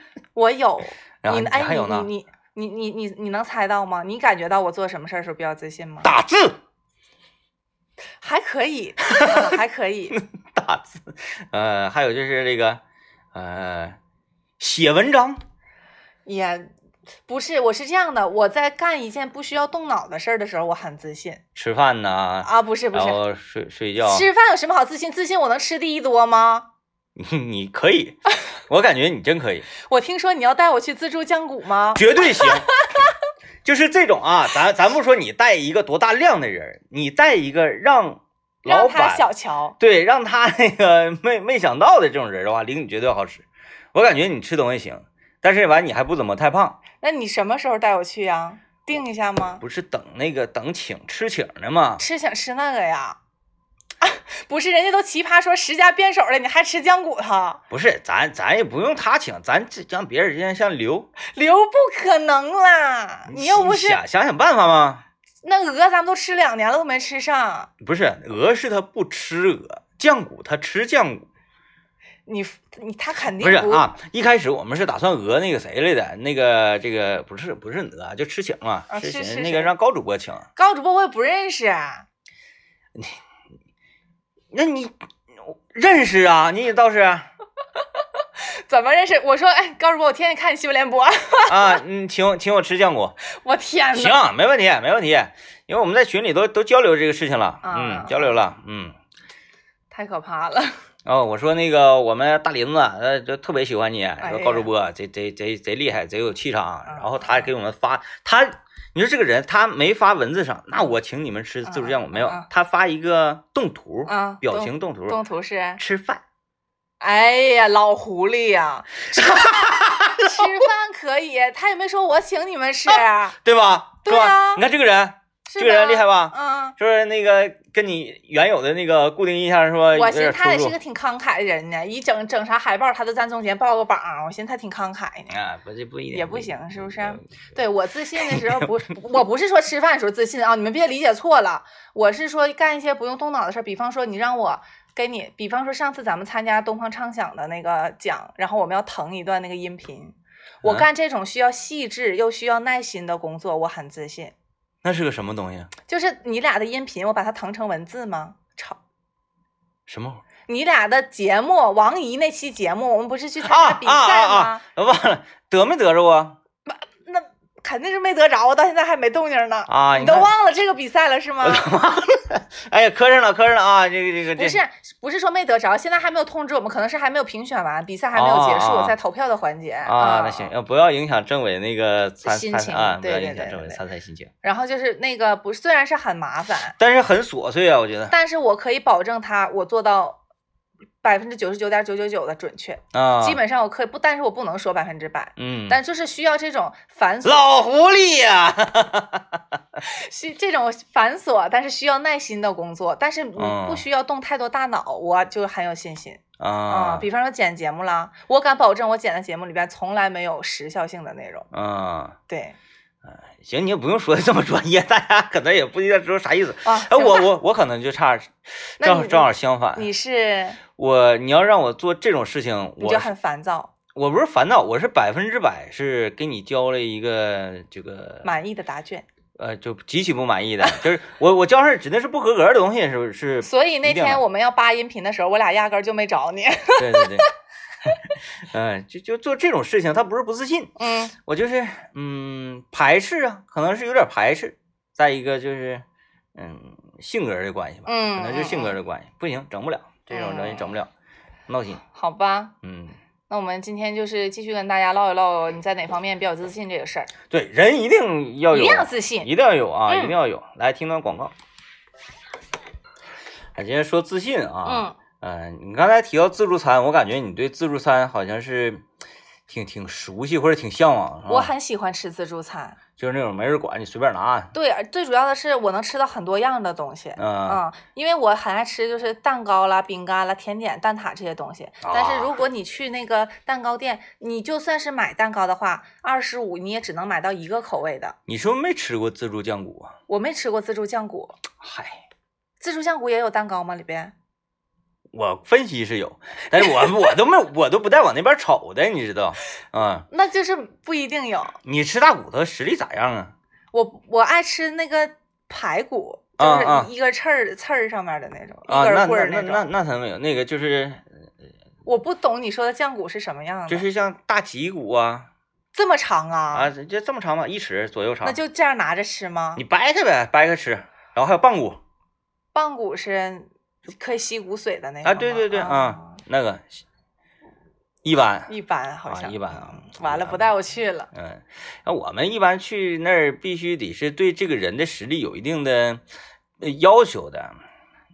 Speaker 2: 我有，
Speaker 1: 然后
Speaker 2: 你
Speaker 1: 你
Speaker 2: 哎
Speaker 1: 还有呢？
Speaker 2: 你你你你你你能猜到吗？你感觉到我做什么事儿时候比较自信吗？
Speaker 1: 打字。
Speaker 2: 还可以， 嗯还 可以，
Speaker 1: 打字，呃，还有就是这个，呃，写文章，
Speaker 2: 也不是，我是这样的，我在干一件不需要动脑的事儿的时候，我很自信
Speaker 1: 吃饭呐，
Speaker 2: 啊，不是不
Speaker 1: 然
Speaker 2: 是，
Speaker 1: 后睡睡觉，
Speaker 2: 吃饭有什么好自信？自信我能吃第一多吗？
Speaker 1: 你 你可以，我感觉你真可以，
Speaker 2: 我听说你要带我去自助酱骨吗？
Speaker 1: 绝对行。 就是这种啊，咱咱不说你带一个多大量的人，你带一个让老
Speaker 2: 让他
Speaker 1: 板
Speaker 2: 小瞧，
Speaker 1: 对让他那个没没想到的这种人的话，领你绝对好吃。我感觉你吃东西行，但是完你还不怎么太胖，
Speaker 2: 那你什么时候带我去呀、定一下吗？
Speaker 1: 不是等那个等请吃请呢吗？
Speaker 2: 吃想吃那个呀？ 啊，不是，人家都奇葩说十家辩手了，你还吃酱骨头？
Speaker 1: 不是，咱咱也不用他请，咱这让别人像像刘，
Speaker 2: 刘不可能啦！你又不是
Speaker 1: 想想想办法吗？
Speaker 2: 那鹅，咱们都吃两年了都没吃上，
Speaker 1: 不是，鹅是他不吃鹅，酱骨他吃酱
Speaker 2: 啊
Speaker 1: 骨，
Speaker 2: 你你他肯定
Speaker 1: 不是啊。一开始我们是打算鹅那个谁来的，那个这个不是不是鹅，就吃请嘛，
Speaker 2: 啊
Speaker 1: 吃
Speaker 2: 是
Speaker 1: 请
Speaker 2: 是
Speaker 1: 那个
Speaker 2: 是
Speaker 1: 让高主播请。
Speaker 2: 高主播我也不认识啊，
Speaker 1: 那你认识啊？你倒是啊，
Speaker 2: 怎么认识？我说哎，高主播，我天天看你新闻联播，
Speaker 1: 嗯，请我请我吃酱骨，
Speaker 2: 我天
Speaker 1: 行
Speaker 2: 呐，，
Speaker 1: 没问题没问题，因为我们在群里都都交流这个事情了，
Speaker 2: 啊
Speaker 1: 嗯，交流了，嗯。
Speaker 2: 太可怕了！
Speaker 1: 哦，我说那个我们大林子，呃，就特别喜欢你，
Speaker 2: 哎
Speaker 1: 说
Speaker 2: 呀
Speaker 1: 高主播啊贼贼贼贼厉害，贼有气场。啊
Speaker 2: 嗯
Speaker 1: 然后他给我们发，他你说这个人他没发文字上，那我请你们吃自助酱骨
Speaker 2: 嗯
Speaker 1: 没有
Speaker 2: 嗯？
Speaker 1: 他发一个动图，
Speaker 2: 啊，
Speaker 1: 表
Speaker 2: 动
Speaker 1: 情动图，
Speaker 2: 动图是，
Speaker 1: 吃饭。
Speaker 2: 哎呀，老狐狸呀、吃饭可以，他也没说我请你们吃，
Speaker 1: 对吧？
Speaker 2: 对啊
Speaker 1: 是吧？你看这个人，
Speaker 2: 是
Speaker 1: 这个人厉害
Speaker 2: 吧？
Speaker 1: 吧？
Speaker 2: 嗯，
Speaker 1: 就是那个跟你原有的那个固定印象说呃有
Speaker 2: 我寻
Speaker 1: 点
Speaker 2: 思他
Speaker 1: 出
Speaker 2: 得是
Speaker 1: 入
Speaker 2: 个。挺慷慨的人呢，一整整啥海报，他都站中间报个榜，我寻思他挺慷慨呢。
Speaker 1: 啊，不是不一定
Speaker 2: 也不行是不啊是
Speaker 1: 嗯
Speaker 2: 对我自信的时候不是，我不是说吃饭的时候自信啊，你们别理解错了，我是说干一些不用动脑的事儿，比方说你让我给你，比方说上次咱们参加东方畅想的那个奖，然后我们要腾一段那个音频，我
Speaker 1: 嗯
Speaker 2: 干这种需要细致又需要耐心的工作，我很自信。
Speaker 1: 那是个什么东西？
Speaker 2: 就是你俩的音频，我把它腾成文字吗？吵。
Speaker 1: 什么玩意儿？
Speaker 2: 你俩的节目，王怡那期节目，我们不是去参
Speaker 1: 啊
Speaker 2: 加比
Speaker 1: 啊
Speaker 2: 赛吗？
Speaker 1: 啊啊！我忘了 得没得着啊？
Speaker 2: 那肯定是没得着，我到现在还没动静呢。
Speaker 1: 啊，
Speaker 2: 你都
Speaker 1: 看
Speaker 2: 忘了这个比赛了是吗？
Speaker 1: 哎呀，磕碜了，磕碜了啊！这个这个这
Speaker 2: 不是，不是说没得着，现在还没有通知我们，可能是还没有评选完，比赛还没有结束，
Speaker 1: 哦哦哦
Speaker 2: 在投票的环节
Speaker 1: 啊，那行，。呃不要影响政委那个参
Speaker 2: 心
Speaker 1: 参
Speaker 2: 情
Speaker 1: 啊，不
Speaker 2: 对
Speaker 1: 要
Speaker 2: 对
Speaker 1: 影响
Speaker 2: 对
Speaker 1: 政委
Speaker 2: 对
Speaker 1: 参赛心情，
Speaker 2: 然后就是那个不，虽然是很麻烦，
Speaker 1: 但是很琐碎啊，我觉得
Speaker 2: 但是我可以保证他，我做到百分之九十九点九九九的准确。
Speaker 1: 啊，
Speaker 2: 基本上我可以不，但是我不能说百分之百，
Speaker 1: 嗯，
Speaker 2: 但就是需要这种繁琐，
Speaker 1: 老狐狸呀、
Speaker 2: 需这种繁琐，但是需要耐心的工作，但是你
Speaker 1: 嗯
Speaker 2: 不需要动太多大脑，我就很有信心
Speaker 1: 啊，
Speaker 2: 比方说剪节目啦，我敢保证我剪的节目里边从来没有时效性的内容。
Speaker 1: 啊，
Speaker 2: 对，
Speaker 1: 行，你也不用说的这么专业，大家可能也不一定知道啥意思。
Speaker 2: 啊，
Speaker 1: 哎，
Speaker 2: 行
Speaker 1: 我
Speaker 2: 吧
Speaker 1: 我我可能就差，
Speaker 2: 那
Speaker 1: 正好
Speaker 2: 你
Speaker 1: 正好相反，
Speaker 2: 你是
Speaker 1: 我你要让我做这种事情，
Speaker 2: 你就
Speaker 1: 我
Speaker 2: 很烦躁，
Speaker 1: 我不是烦躁，我是百分之百是给你交了一个这个
Speaker 2: 满意的答卷。
Speaker 1: 呃，就极其不满意的，就是我我交上指定是不合格的东西，是不是？
Speaker 2: 所以那
Speaker 1: 一定的
Speaker 2: 天我们要扒音频的时候，我俩压根儿就没找你。
Speaker 1: 对对 对，嗯、就就做这种事情，他不是不自信，
Speaker 2: 嗯，
Speaker 1: 我就是嗯排斥啊，可能是有点排斥。再一个就是嗯性格的关系吧，
Speaker 2: 嗯
Speaker 1: 可能是性格
Speaker 2: 嗯哦
Speaker 1: 的关系，不行，整不了这种东西，整不了，闹心。
Speaker 2: 好吧，
Speaker 1: 嗯，
Speaker 2: 那我们今天就是继续跟大家唠一唠你在哪方面比较自信这个事儿，
Speaker 1: 对，人一定要
Speaker 2: 一
Speaker 1: 有
Speaker 2: 定，要自信。
Speaker 1: 一定要有啊，一
Speaker 2: 嗯
Speaker 1: 定要有。来听段广告。哎，今天说自信啊，
Speaker 2: 嗯，
Speaker 1: 呃，你刚才提到自助餐，我感觉你对自助餐好像是挺挺熟悉或者挺向往，是吧
Speaker 2: 我很喜欢吃自助餐。
Speaker 1: 就是那种没人管你随便拿，
Speaker 2: 对，而最主要的是我能吃到很多样的东西。
Speaker 1: 嗯
Speaker 2: 嗯，因为我很爱吃就是蛋糕啦、饼干啦、甜点、蛋挞这些东西。但
Speaker 1: 啊
Speaker 2: 是如果你去那个蛋糕店，你就算是买蛋糕的话，二十五你也只能买到一个口味的。
Speaker 1: 你是不是没吃过自助酱骨啊？
Speaker 2: 我没吃过自助酱骨，
Speaker 1: 嗨，
Speaker 2: 自助酱骨也有蛋糕吗？里边？
Speaker 1: 我分析是有，但是我 我都没有我都不带往那边瞅的，你知道？嗯，
Speaker 2: 那就是不一定有。
Speaker 1: 你吃大骨头实力咋样啊？
Speaker 2: 我我爱吃那个排骨，就
Speaker 1: 啊
Speaker 2: 是
Speaker 1: 啊
Speaker 2: 一根刺儿刺儿上面的那种，
Speaker 1: 啊，
Speaker 2: 一
Speaker 1: 那
Speaker 2: 根棍
Speaker 1: 那
Speaker 2: 儿
Speaker 1: 那那
Speaker 2: 种。
Speaker 1: 那才没有，那个就是
Speaker 2: 我不懂你说的酱骨是什么样的，
Speaker 1: 就是像大脊骨啊
Speaker 2: 这么长
Speaker 1: 啊，这就这么长吧，一尺左右长。
Speaker 2: 嗯那就这样拿着吃吗
Speaker 1: 你？掰开呗，掰开吃，然后还有棒骨
Speaker 2: 棒骨是可以吸骨髓的那种
Speaker 1: 啊，对对对
Speaker 2: 吗
Speaker 1: 啊，，那
Speaker 2: 嗯
Speaker 1: 个一般。
Speaker 2: 一般好
Speaker 1: 啊
Speaker 2: 像
Speaker 1: 一般啊
Speaker 2: 嗯完
Speaker 1: 一
Speaker 2: 了
Speaker 1: 般
Speaker 2: 不带我去了，
Speaker 1: 嗯，那我们一般去那儿必须得是对这个人的实力有一定的呃要求的。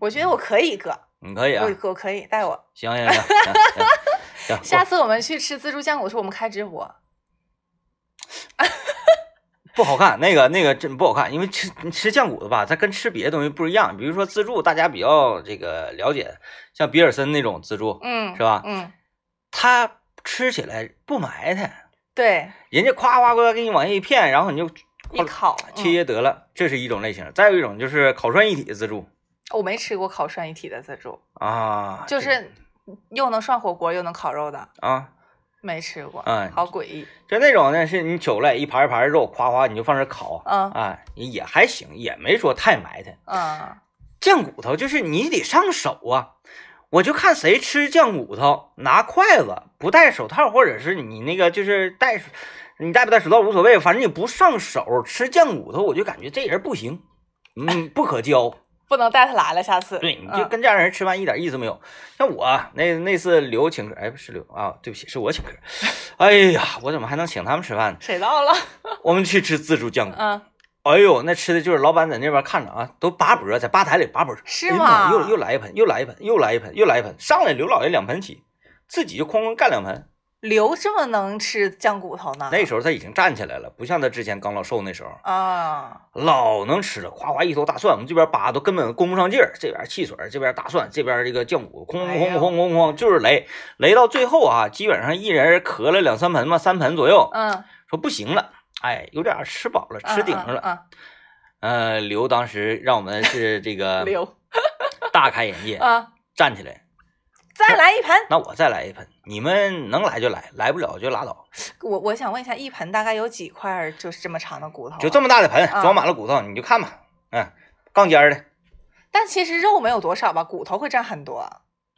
Speaker 2: 我觉得我可以哥，
Speaker 1: 你可以啊，
Speaker 2: 我我可以带我。
Speaker 1: 行行行行行行，
Speaker 2: 下
Speaker 1: 次
Speaker 2: 次我们去吃自助酱骨的时候，我们开直播。
Speaker 1: 不好看，那个那个真不好看，因为吃吃酱骨的吧，它跟吃别的东西不一样。比如说自助，大家比较这个了解，像比尔森那种自助，
Speaker 2: 嗯，
Speaker 1: 是吧
Speaker 2: 嗯，
Speaker 1: 他吃起来不埋汰，
Speaker 2: 对，
Speaker 1: 人家夸夸夸给你往下一片，然后你就
Speaker 2: 一烤
Speaker 1: 切
Speaker 2: 嗯
Speaker 1: 切得了，这是一种类型。再有一种就是烤涮一体自助
Speaker 2: 我没吃过烤涮一体的自助，
Speaker 1: 啊，
Speaker 2: 就
Speaker 1: 这
Speaker 2: 是又能涮火锅又能烤肉的，
Speaker 1: 啊。
Speaker 2: 没吃过，
Speaker 1: 嗯
Speaker 2: 好诡异。
Speaker 1: 就那种呢，是你取来一盘一盘肉，夸夸你就放这烤，
Speaker 2: 嗯
Speaker 1: 啊，也还行，也没说太埋汰。
Speaker 2: 嗯，
Speaker 1: 酱骨头就是你得上手啊，我就看谁吃酱骨头，拿筷子不戴手套，或者是你那个就是戴，你戴不戴手套无所谓，反正你不上手吃酱骨头，我就感觉这人不行，嗯，不可交。
Speaker 2: 不能带他来了，下次。
Speaker 1: 对，你就
Speaker 2: 嗯
Speaker 1: 跟这样人吃饭一点意思没有。像我啊那那次刘请客，哎，不是刘啊，对不起，是我请客。哎呀，我怎么还能请他们吃饭呢？
Speaker 2: 谁到了？
Speaker 1: 我们去吃自助酱骨，
Speaker 2: 嗯，
Speaker 1: 哎呦，那吃的就是老板在那边看着啊，都拔脖，在吧台里拔脖，
Speaker 2: 是
Speaker 1: 哎呀妈
Speaker 2: 吗
Speaker 1: 又又来一盆，又来一盆，又来一盆，又来一盆，上来刘老爷两盆起，自己就哐哐干两盆，
Speaker 2: 刘这么能吃酱骨头呢？
Speaker 1: 那时候他已经站起来了，不像他之前刚老瘦那时候，
Speaker 2: 啊，
Speaker 1: 老能吃了，夸夸一头大蒜，我们这边扒都根本供不上劲儿，这边汽水，这边大蒜，这边这个酱骨，哐
Speaker 2: 哎
Speaker 1: 哐
Speaker 2: 呀
Speaker 1: 哐哐哐，就是雷，雷到最后啊，基本上一人咳了两三盆吧，三盆左右，
Speaker 2: 嗯，
Speaker 1: 说不行了，哎，有点儿吃饱了，吃顶上了。
Speaker 2: 啊，
Speaker 1: 呃，刘当时让我们是这个
Speaker 2: 刘
Speaker 1: 大开眼界，
Speaker 2: 啊，
Speaker 1: 站起来，
Speaker 2: 再来一盆。
Speaker 1: 那我再来一盆，你们能来就来，来不了就拉
Speaker 2: 哦
Speaker 1: 倒，
Speaker 2: 我我想问一下，一盆大概有几块儿就是这么长的骨头啊？
Speaker 1: 就这么大的盆
Speaker 2: 啊
Speaker 1: 装满了骨头，你就看吧，嗯，杠尖儿的，
Speaker 2: 但其实肉没有多少吧，骨头会占很多。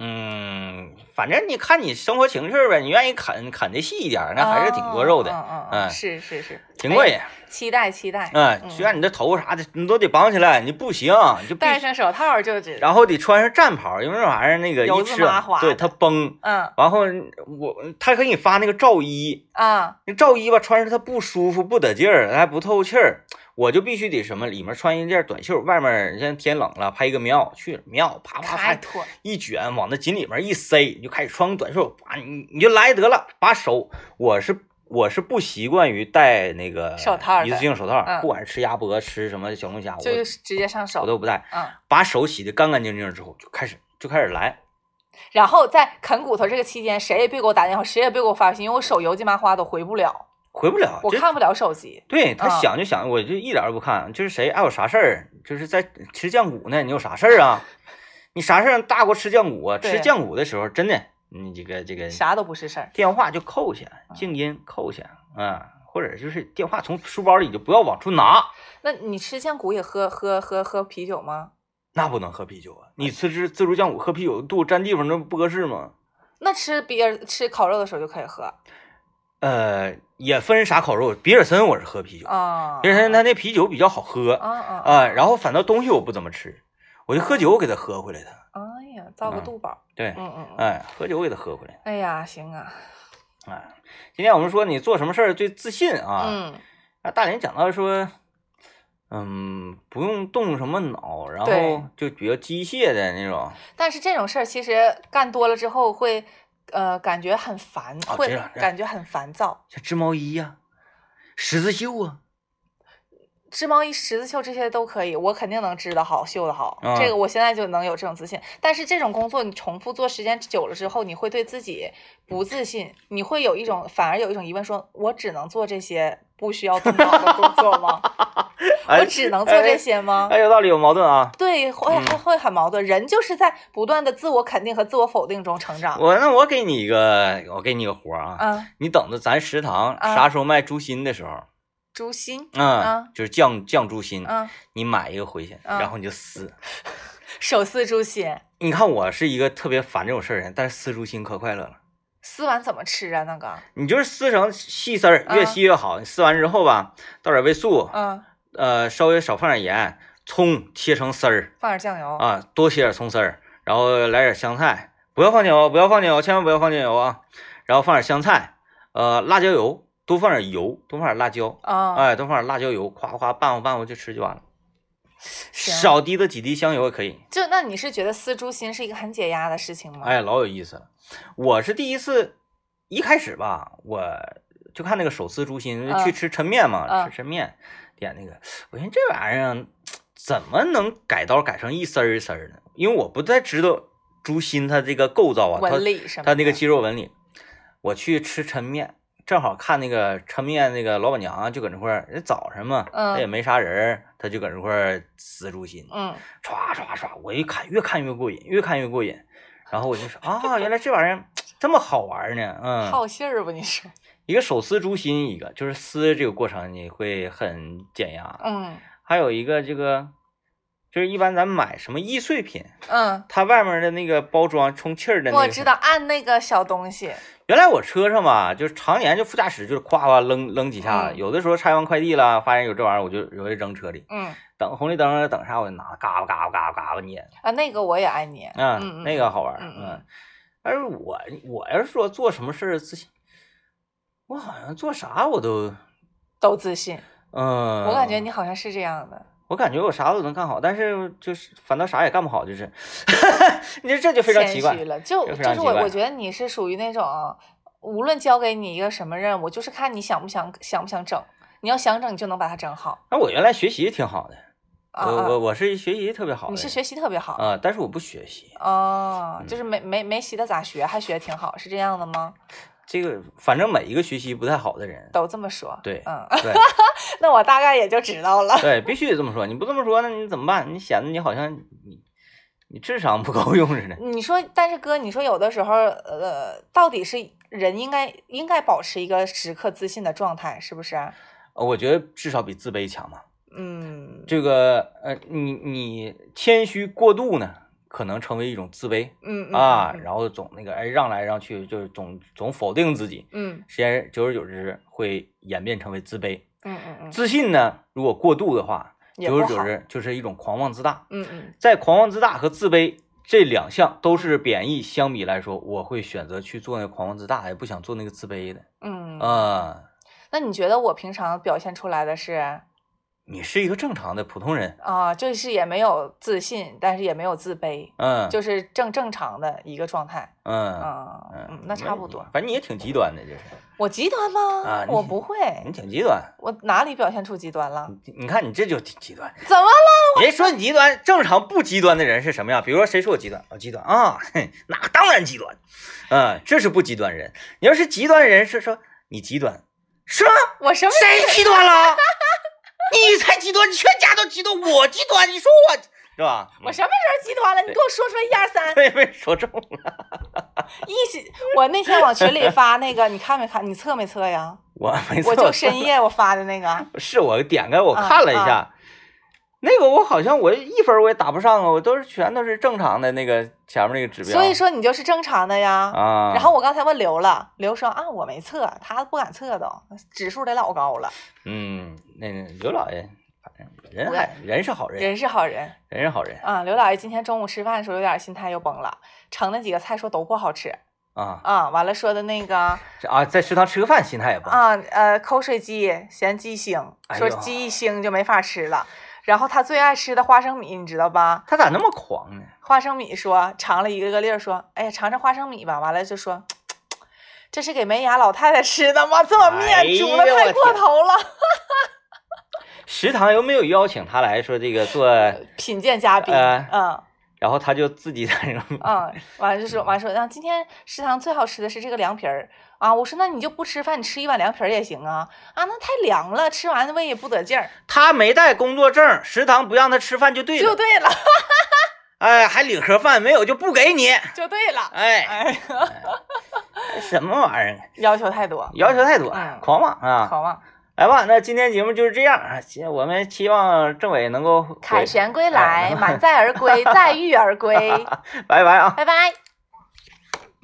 Speaker 1: 嗯，反正你看你生活情趣呗，你愿意啃啃的细一点儿，那还是挺多肉的，
Speaker 2: 哦嗯嗯
Speaker 1: 嗯
Speaker 2: 嗯，是是是，
Speaker 1: 挺过瘾，
Speaker 2: 哎，期待期待。
Speaker 1: 嗯，虽然你这头发啥的你都得绑起来，你不行，你就必
Speaker 2: 戴
Speaker 1: 须，
Speaker 2: 上手套就知道。
Speaker 1: 然后得穿上战袍，因为那玩意儿那个
Speaker 2: 油
Speaker 1: 一
Speaker 2: 渍
Speaker 1: 吃啊
Speaker 2: 麻花
Speaker 1: 对
Speaker 2: 的
Speaker 1: 它崩，
Speaker 2: 嗯
Speaker 1: 然后我他给你发那个罩衣。
Speaker 2: 啊，
Speaker 1: 那罩衣吧，穿上它不舒服，不得劲儿，还不透气儿，我就必须得什么，里面穿一件短袖，外面像天冷了，拍一个棉袄去棉袄啪啪啪
Speaker 2: 太脱。
Speaker 1: 一卷，往那紧里面一塞，你就开始穿个短袖，啪你你就来得了，把手，我是我是不习惯于戴那个
Speaker 2: 手套的
Speaker 1: 一次性手套，
Speaker 2: 嗯
Speaker 1: 不管是吃鸭脖吃什么小龙虾，我
Speaker 2: 就
Speaker 1: 都
Speaker 2: 是直接上
Speaker 1: 我
Speaker 2: 手。
Speaker 1: 都不戴，
Speaker 2: 嗯，
Speaker 1: 把手洗得干干净净之后，就开始就开始来，
Speaker 2: 然后在啃骨头这个期间，谁也别给我打电话，谁也别给我发微信，因为我手油鸡麻花都回不了，
Speaker 1: 回不了，
Speaker 2: 我
Speaker 1: 这
Speaker 2: 看不了手机。
Speaker 1: 对他
Speaker 2: 啊
Speaker 1: 想就想，我就一点儿都不看，就是谁爱有啥事儿，就是在吃酱骨呢，你有啥事儿啊？你啥事儿大过吃酱骨啊？吃
Speaker 2: 对
Speaker 1: 酱骨的时候，真的，你这个这个
Speaker 2: 啥都不是事儿，
Speaker 1: 电话就扣下，静音扣下啊，或者就是电话从书包里就不要往出拿，
Speaker 2: 那你吃酱骨也喝喝喝喝啤酒吗？
Speaker 1: 那不能喝啤酒啊！你吃吃自助酱骨喝啤酒，肚子占地方，那不合适吗？
Speaker 2: 那吃别人吃烤肉的时候就可以喝
Speaker 1: 呃，也分啥烤肉，比尔森我是喝啤酒，
Speaker 2: 啊。
Speaker 1: 比尔森他那啤酒比较好喝
Speaker 2: 啊啊啊！
Speaker 1: 啊，然后反倒东西我不怎么吃，我就喝酒我给他喝回来的，
Speaker 2: 哎呀，造个
Speaker 1: 嗯
Speaker 2: 肚饱。
Speaker 1: 对。
Speaker 2: 嗯嗯嗯。
Speaker 1: 哎，喝酒我给他喝回来。
Speaker 2: 哎呀，行啊。
Speaker 1: 哎，今天我们说你做什么事儿最自信啊？
Speaker 2: 嗯，
Speaker 1: 那大林讲到说，嗯，不用动什么脑，然
Speaker 2: 对
Speaker 1: 后就比较机械的那种，
Speaker 2: 但是这种事儿其实干多了之后会，呃，感觉很烦，
Speaker 1: 啊
Speaker 2: 会
Speaker 1: 这样这样
Speaker 2: 感觉很烦躁。
Speaker 1: 像织毛衣呀、十字绣啊，
Speaker 2: 织毛衣、十字绣这些都可以，我肯定能织得好、绣得好。
Speaker 1: 啊
Speaker 2: 这个我现在就能有这种自信。但是这种工作你重复做时间久了之后，你会对自己不自信，你会有一种反而有一种疑问说：我只能做这些不需要动脑的工作吗？我
Speaker 1: 哎
Speaker 2: 只能做这些 吗？
Speaker 1: 哎，有道理，有矛盾啊。
Speaker 2: 对，会会会很矛盾。人就是在不断的自我肯定和自我否定中成长。
Speaker 1: 我那我给你一个，我给你个活儿啊，
Speaker 2: 啊，
Speaker 1: 你等着咱食堂
Speaker 2: 啊
Speaker 1: 啥时候卖猪心的时候，
Speaker 2: 诛心。
Speaker 1: 嗯
Speaker 2: 啊，
Speaker 1: 就是酱酱猪心，
Speaker 2: 嗯，
Speaker 1: 你买一个回去，
Speaker 2: 啊
Speaker 1: 然后你就撕。
Speaker 2: 手撕猪心，
Speaker 1: 你看我是一个特别烦这种事儿的人，但是撕猪心可快乐了。
Speaker 2: 撕完怎么吃啊？那个，
Speaker 1: 你就是撕成细丝儿，
Speaker 2: 啊
Speaker 1: 越细越好。你撕完之后吧，倒点味素，
Speaker 2: 嗯，
Speaker 1: 呃，稍微少放点盐，葱切成丝儿
Speaker 2: 放点酱油，
Speaker 1: 啊，多切点葱丝儿，然后来点香菜，不要放酱油，不要放酱油，千万不要放酱油啊。然后放点香菜，呃，辣椒油，多放点油，多放点辣椒，
Speaker 2: 啊，
Speaker 1: 哎，多放点辣椒油，夸夸拌和拌和就吃就完了，
Speaker 2: 行
Speaker 1: 少滴的几滴香油也可以。
Speaker 2: 就那你是觉得撕猪心是一个很解压的事情吗？
Speaker 1: 哎，老有意思了。我是第一次，一开始吧，我就看那个手撕猪心，
Speaker 2: 嗯
Speaker 1: 去吃抻面嘛，
Speaker 2: 嗯
Speaker 1: 吃抻面，点那个，我寻思这玩意儿啊怎么能改刀改成一丝儿一丝儿呢？因为我不太知道猪心它这个构造啊，它
Speaker 2: 纹理什么的？
Speaker 1: 它那个肌肉纹理。我去吃抻面，正好看那个抻面那个老板娘啊就搁那块儿，人早上嘛，
Speaker 2: 嗯
Speaker 1: 她也没啥人儿，她就搁那块儿撕猪心。
Speaker 2: 嗯
Speaker 1: 唰唰唰，我一看越看越过瘾，越看越过瘾。然后我就说啊，原来这玩意儿这么好玩呢，嗯，
Speaker 2: 好信儿吧？你说，
Speaker 1: 一个手撕猪心，一个就是撕这个过程你会很减压，
Speaker 2: 嗯
Speaker 1: 还有一个这个就是一般咱买什么易碎品，
Speaker 2: 嗯，
Speaker 1: 它外面的那个包装充气儿的那个，
Speaker 2: 我知道，。按那个小东西，
Speaker 1: 原来我车上吧，就是常年就副驾驶就是夸夸扔扔几下，
Speaker 2: 嗯
Speaker 1: 有的时候拆完快递了，发现有这玩意儿，我就容易扔车里，
Speaker 2: 嗯
Speaker 1: 等红绿灯了等啥我就拿，嘎巴嘎巴嘎巴嘎巴捏。
Speaker 2: 啊，那个我也爱捏，
Speaker 1: 啊，
Speaker 2: 嗯嗯
Speaker 1: 那个好玩儿，
Speaker 2: 嗯嗯
Speaker 1: 嗯。但是我我要是说做什么事儿自信，我好像做啥我都，
Speaker 2: 都自信。
Speaker 1: 嗯，
Speaker 2: 我感觉你好像是这样的，
Speaker 1: 我感觉我啥都能干好，但是就是反倒啥也干不好， 就是，你这这就非常
Speaker 2: 谦
Speaker 1: 奇怪
Speaker 2: 虚，了。就
Speaker 1: 这非
Speaker 2: 就
Speaker 1: 常
Speaker 2: 是
Speaker 1: 奇
Speaker 2: 我，
Speaker 1: 怪
Speaker 2: 我觉得你是属于那种。无论交给你一个什么任务，就是看你想不想想不想整。你要想整，你就能把它整好。
Speaker 1: 那我原来学习挺好的，
Speaker 2: 啊
Speaker 1: 我
Speaker 2: 啊
Speaker 1: 呃我我是学习特别好的
Speaker 2: 你
Speaker 1: 人，
Speaker 2: 是学习特别好
Speaker 1: 啊、但是我不学习，
Speaker 2: 哦，
Speaker 1: 嗯
Speaker 2: 就是没没没习的咋学，还学的挺好，是这样的吗？
Speaker 1: 这个反正每一个学习不太好的人，
Speaker 2: 都这么说。
Speaker 1: 对
Speaker 2: 嗯，
Speaker 1: 对
Speaker 2: 那我大概也就知道了。
Speaker 1: 对，必须得这么说，你不这么说那你怎么办？你显得你好像你你智商不够用似的。
Speaker 2: 你说，但是哥，你说有的时候，呃，到底是人应该应该保持一个时刻自信的状态，是啊不是？
Speaker 1: 呃我觉得至少比自卑强嘛。
Speaker 2: 嗯
Speaker 1: 这个呃，你你谦虚过度呢，可能成为一种自卑
Speaker 2: 嗯嗯
Speaker 1: 啊，
Speaker 2: 嗯
Speaker 1: 然后总那个哎让来让去，就是总总否定自己，
Speaker 2: 嗯
Speaker 1: 时间久而久之会演变成为自卑。
Speaker 2: 嗯嗯嗯
Speaker 1: 自信呢，如果过度的话，
Speaker 2: 也
Speaker 1: 久而
Speaker 2: 不
Speaker 1: 久
Speaker 2: 好
Speaker 1: 之就是一种狂妄自大。
Speaker 2: 嗯嗯，
Speaker 1: 在狂妄自大和自卑这两项都是贬义相比来说，我会选择去做那个狂妄自大，也不想做那个自卑的
Speaker 2: 嗯
Speaker 1: 啊。
Speaker 2: 那你觉得我平常表现出来的是
Speaker 1: 你是一个正常的普通人，
Speaker 2: 啊、就是也没有自信，但是也没有自卑，
Speaker 1: 嗯，
Speaker 2: 就是正正常的一个状态
Speaker 1: 嗯
Speaker 2: 啊、
Speaker 1: 嗯
Speaker 2: 嗯，那差不多。
Speaker 1: 反正你也挺极端的，就是
Speaker 2: 我极端吗？
Speaker 1: 啊你
Speaker 2: 我不会，
Speaker 1: 你嗯挺极端。
Speaker 2: 我哪里表现出极端了？
Speaker 1: 你你看你这就挺极端，
Speaker 2: 怎么了？
Speaker 1: 人说你极端，正常不极端的人是什么样？比如说谁说我极端，我、极端啊，嘿那当然极端，嗯、这是不极端人。你要是极端人是说你极端，是吗？
Speaker 2: 我什么？
Speaker 1: 谁极端了？你才极端，全家都极端，我极端，你说我是吧？
Speaker 2: 我什么时候极端了？你给我说出来一二三。
Speaker 1: 被被说中了，
Speaker 2: 一起，我那天 往群里发那个，你看没看？你测没测呀？
Speaker 1: 我没错，
Speaker 2: 我就啊深夜我发的那个，
Speaker 1: 是我点开我看了一下，那个我好像我一分我也打不上啊，我都是全都是正常的那个前面那个指标，
Speaker 2: 所以说你就是正常的呀。
Speaker 1: 啊，
Speaker 2: 然后我刚才问刘了，刘说啊，我没测，他不敢测都，指数得老高了。
Speaker 1: 嗯，那刘老爷，反正人
Speaker 2: 我
Speaker 1: 还人是好人，
Speaker 2: 人是好人
Speaker 1: 人是好人
Speaker 2: 啊。刘老爷今天中午吃饭的时候有点心态又崩了，盛那几个菜说都不好吃
Speaker 1: 啊
Speaker 2: 啊，完了说的那个
Speaker 1: 这啊，在食堂吃个饭心态也不好，
Speaker 2: 啊呃口水鸡嫌鸡腥，
Speaker 1: 哎呦
Speaker 2: 说鸡一腥就没法吃了。然后他最爱吃的花生米，你知道吧？
Speaker 1: 他咋那么狂呢？
Speaker 2: 花生米说尝了一个个粒儿，说：“哎呀，尝尝花生米吧。”完了就说嘖嘖嘖：“这是给没牙老太太吃的吗？这碗
Speaker 1: 哎
Speaker 2: 面
Speaker 1: 呀
Speaker 2: 煮的太过头了。
Speaker 1: 食堂有没有邀请他来说这个做，
Speaker 2: 品鉴嘉宾，
Speaker 1: 哎
Speaker 2: 嗯
Speaker 1: 然后他就自己在那
Speaker 2: 嗯，完了就说，完了说，那今天食堂最好吃的是这个凉皮儿啊。我说，那你就不吃饭，你吃一碗凉皮儿也行啊。啊，那太凉了，吃完胃也不得劲儿。
Speaker 1: 他没带工作证，食堂不让他吃饭就对
Speaker 2: 就
Speaker 1: 了，
Speaker 2: 对了，
Speaker 1: 哎，还领盒饭没有就不给你，
Speaker 2: 就对了。
Speaker 1: 哎，
Speaker 2: 哎，
Speaker 1: 什么玩意儿？啊
Speaker 2: 要求太多，
Speaker 1: 要求太多，
Speaker 2: 嗯
Speaker 1: 狂妄啊！
Speaker 2: 狂妄。
Speaker 1: 来吧，那今天节目就是这样啊，希我们期望政委能够回
Speaker 2: 凯旋归
Speaker 1: 哎
Speaker 2: 来，满载而归，载誉而归。
Speaker 1: 拜拜啊！
Speaker 2: 拜拜。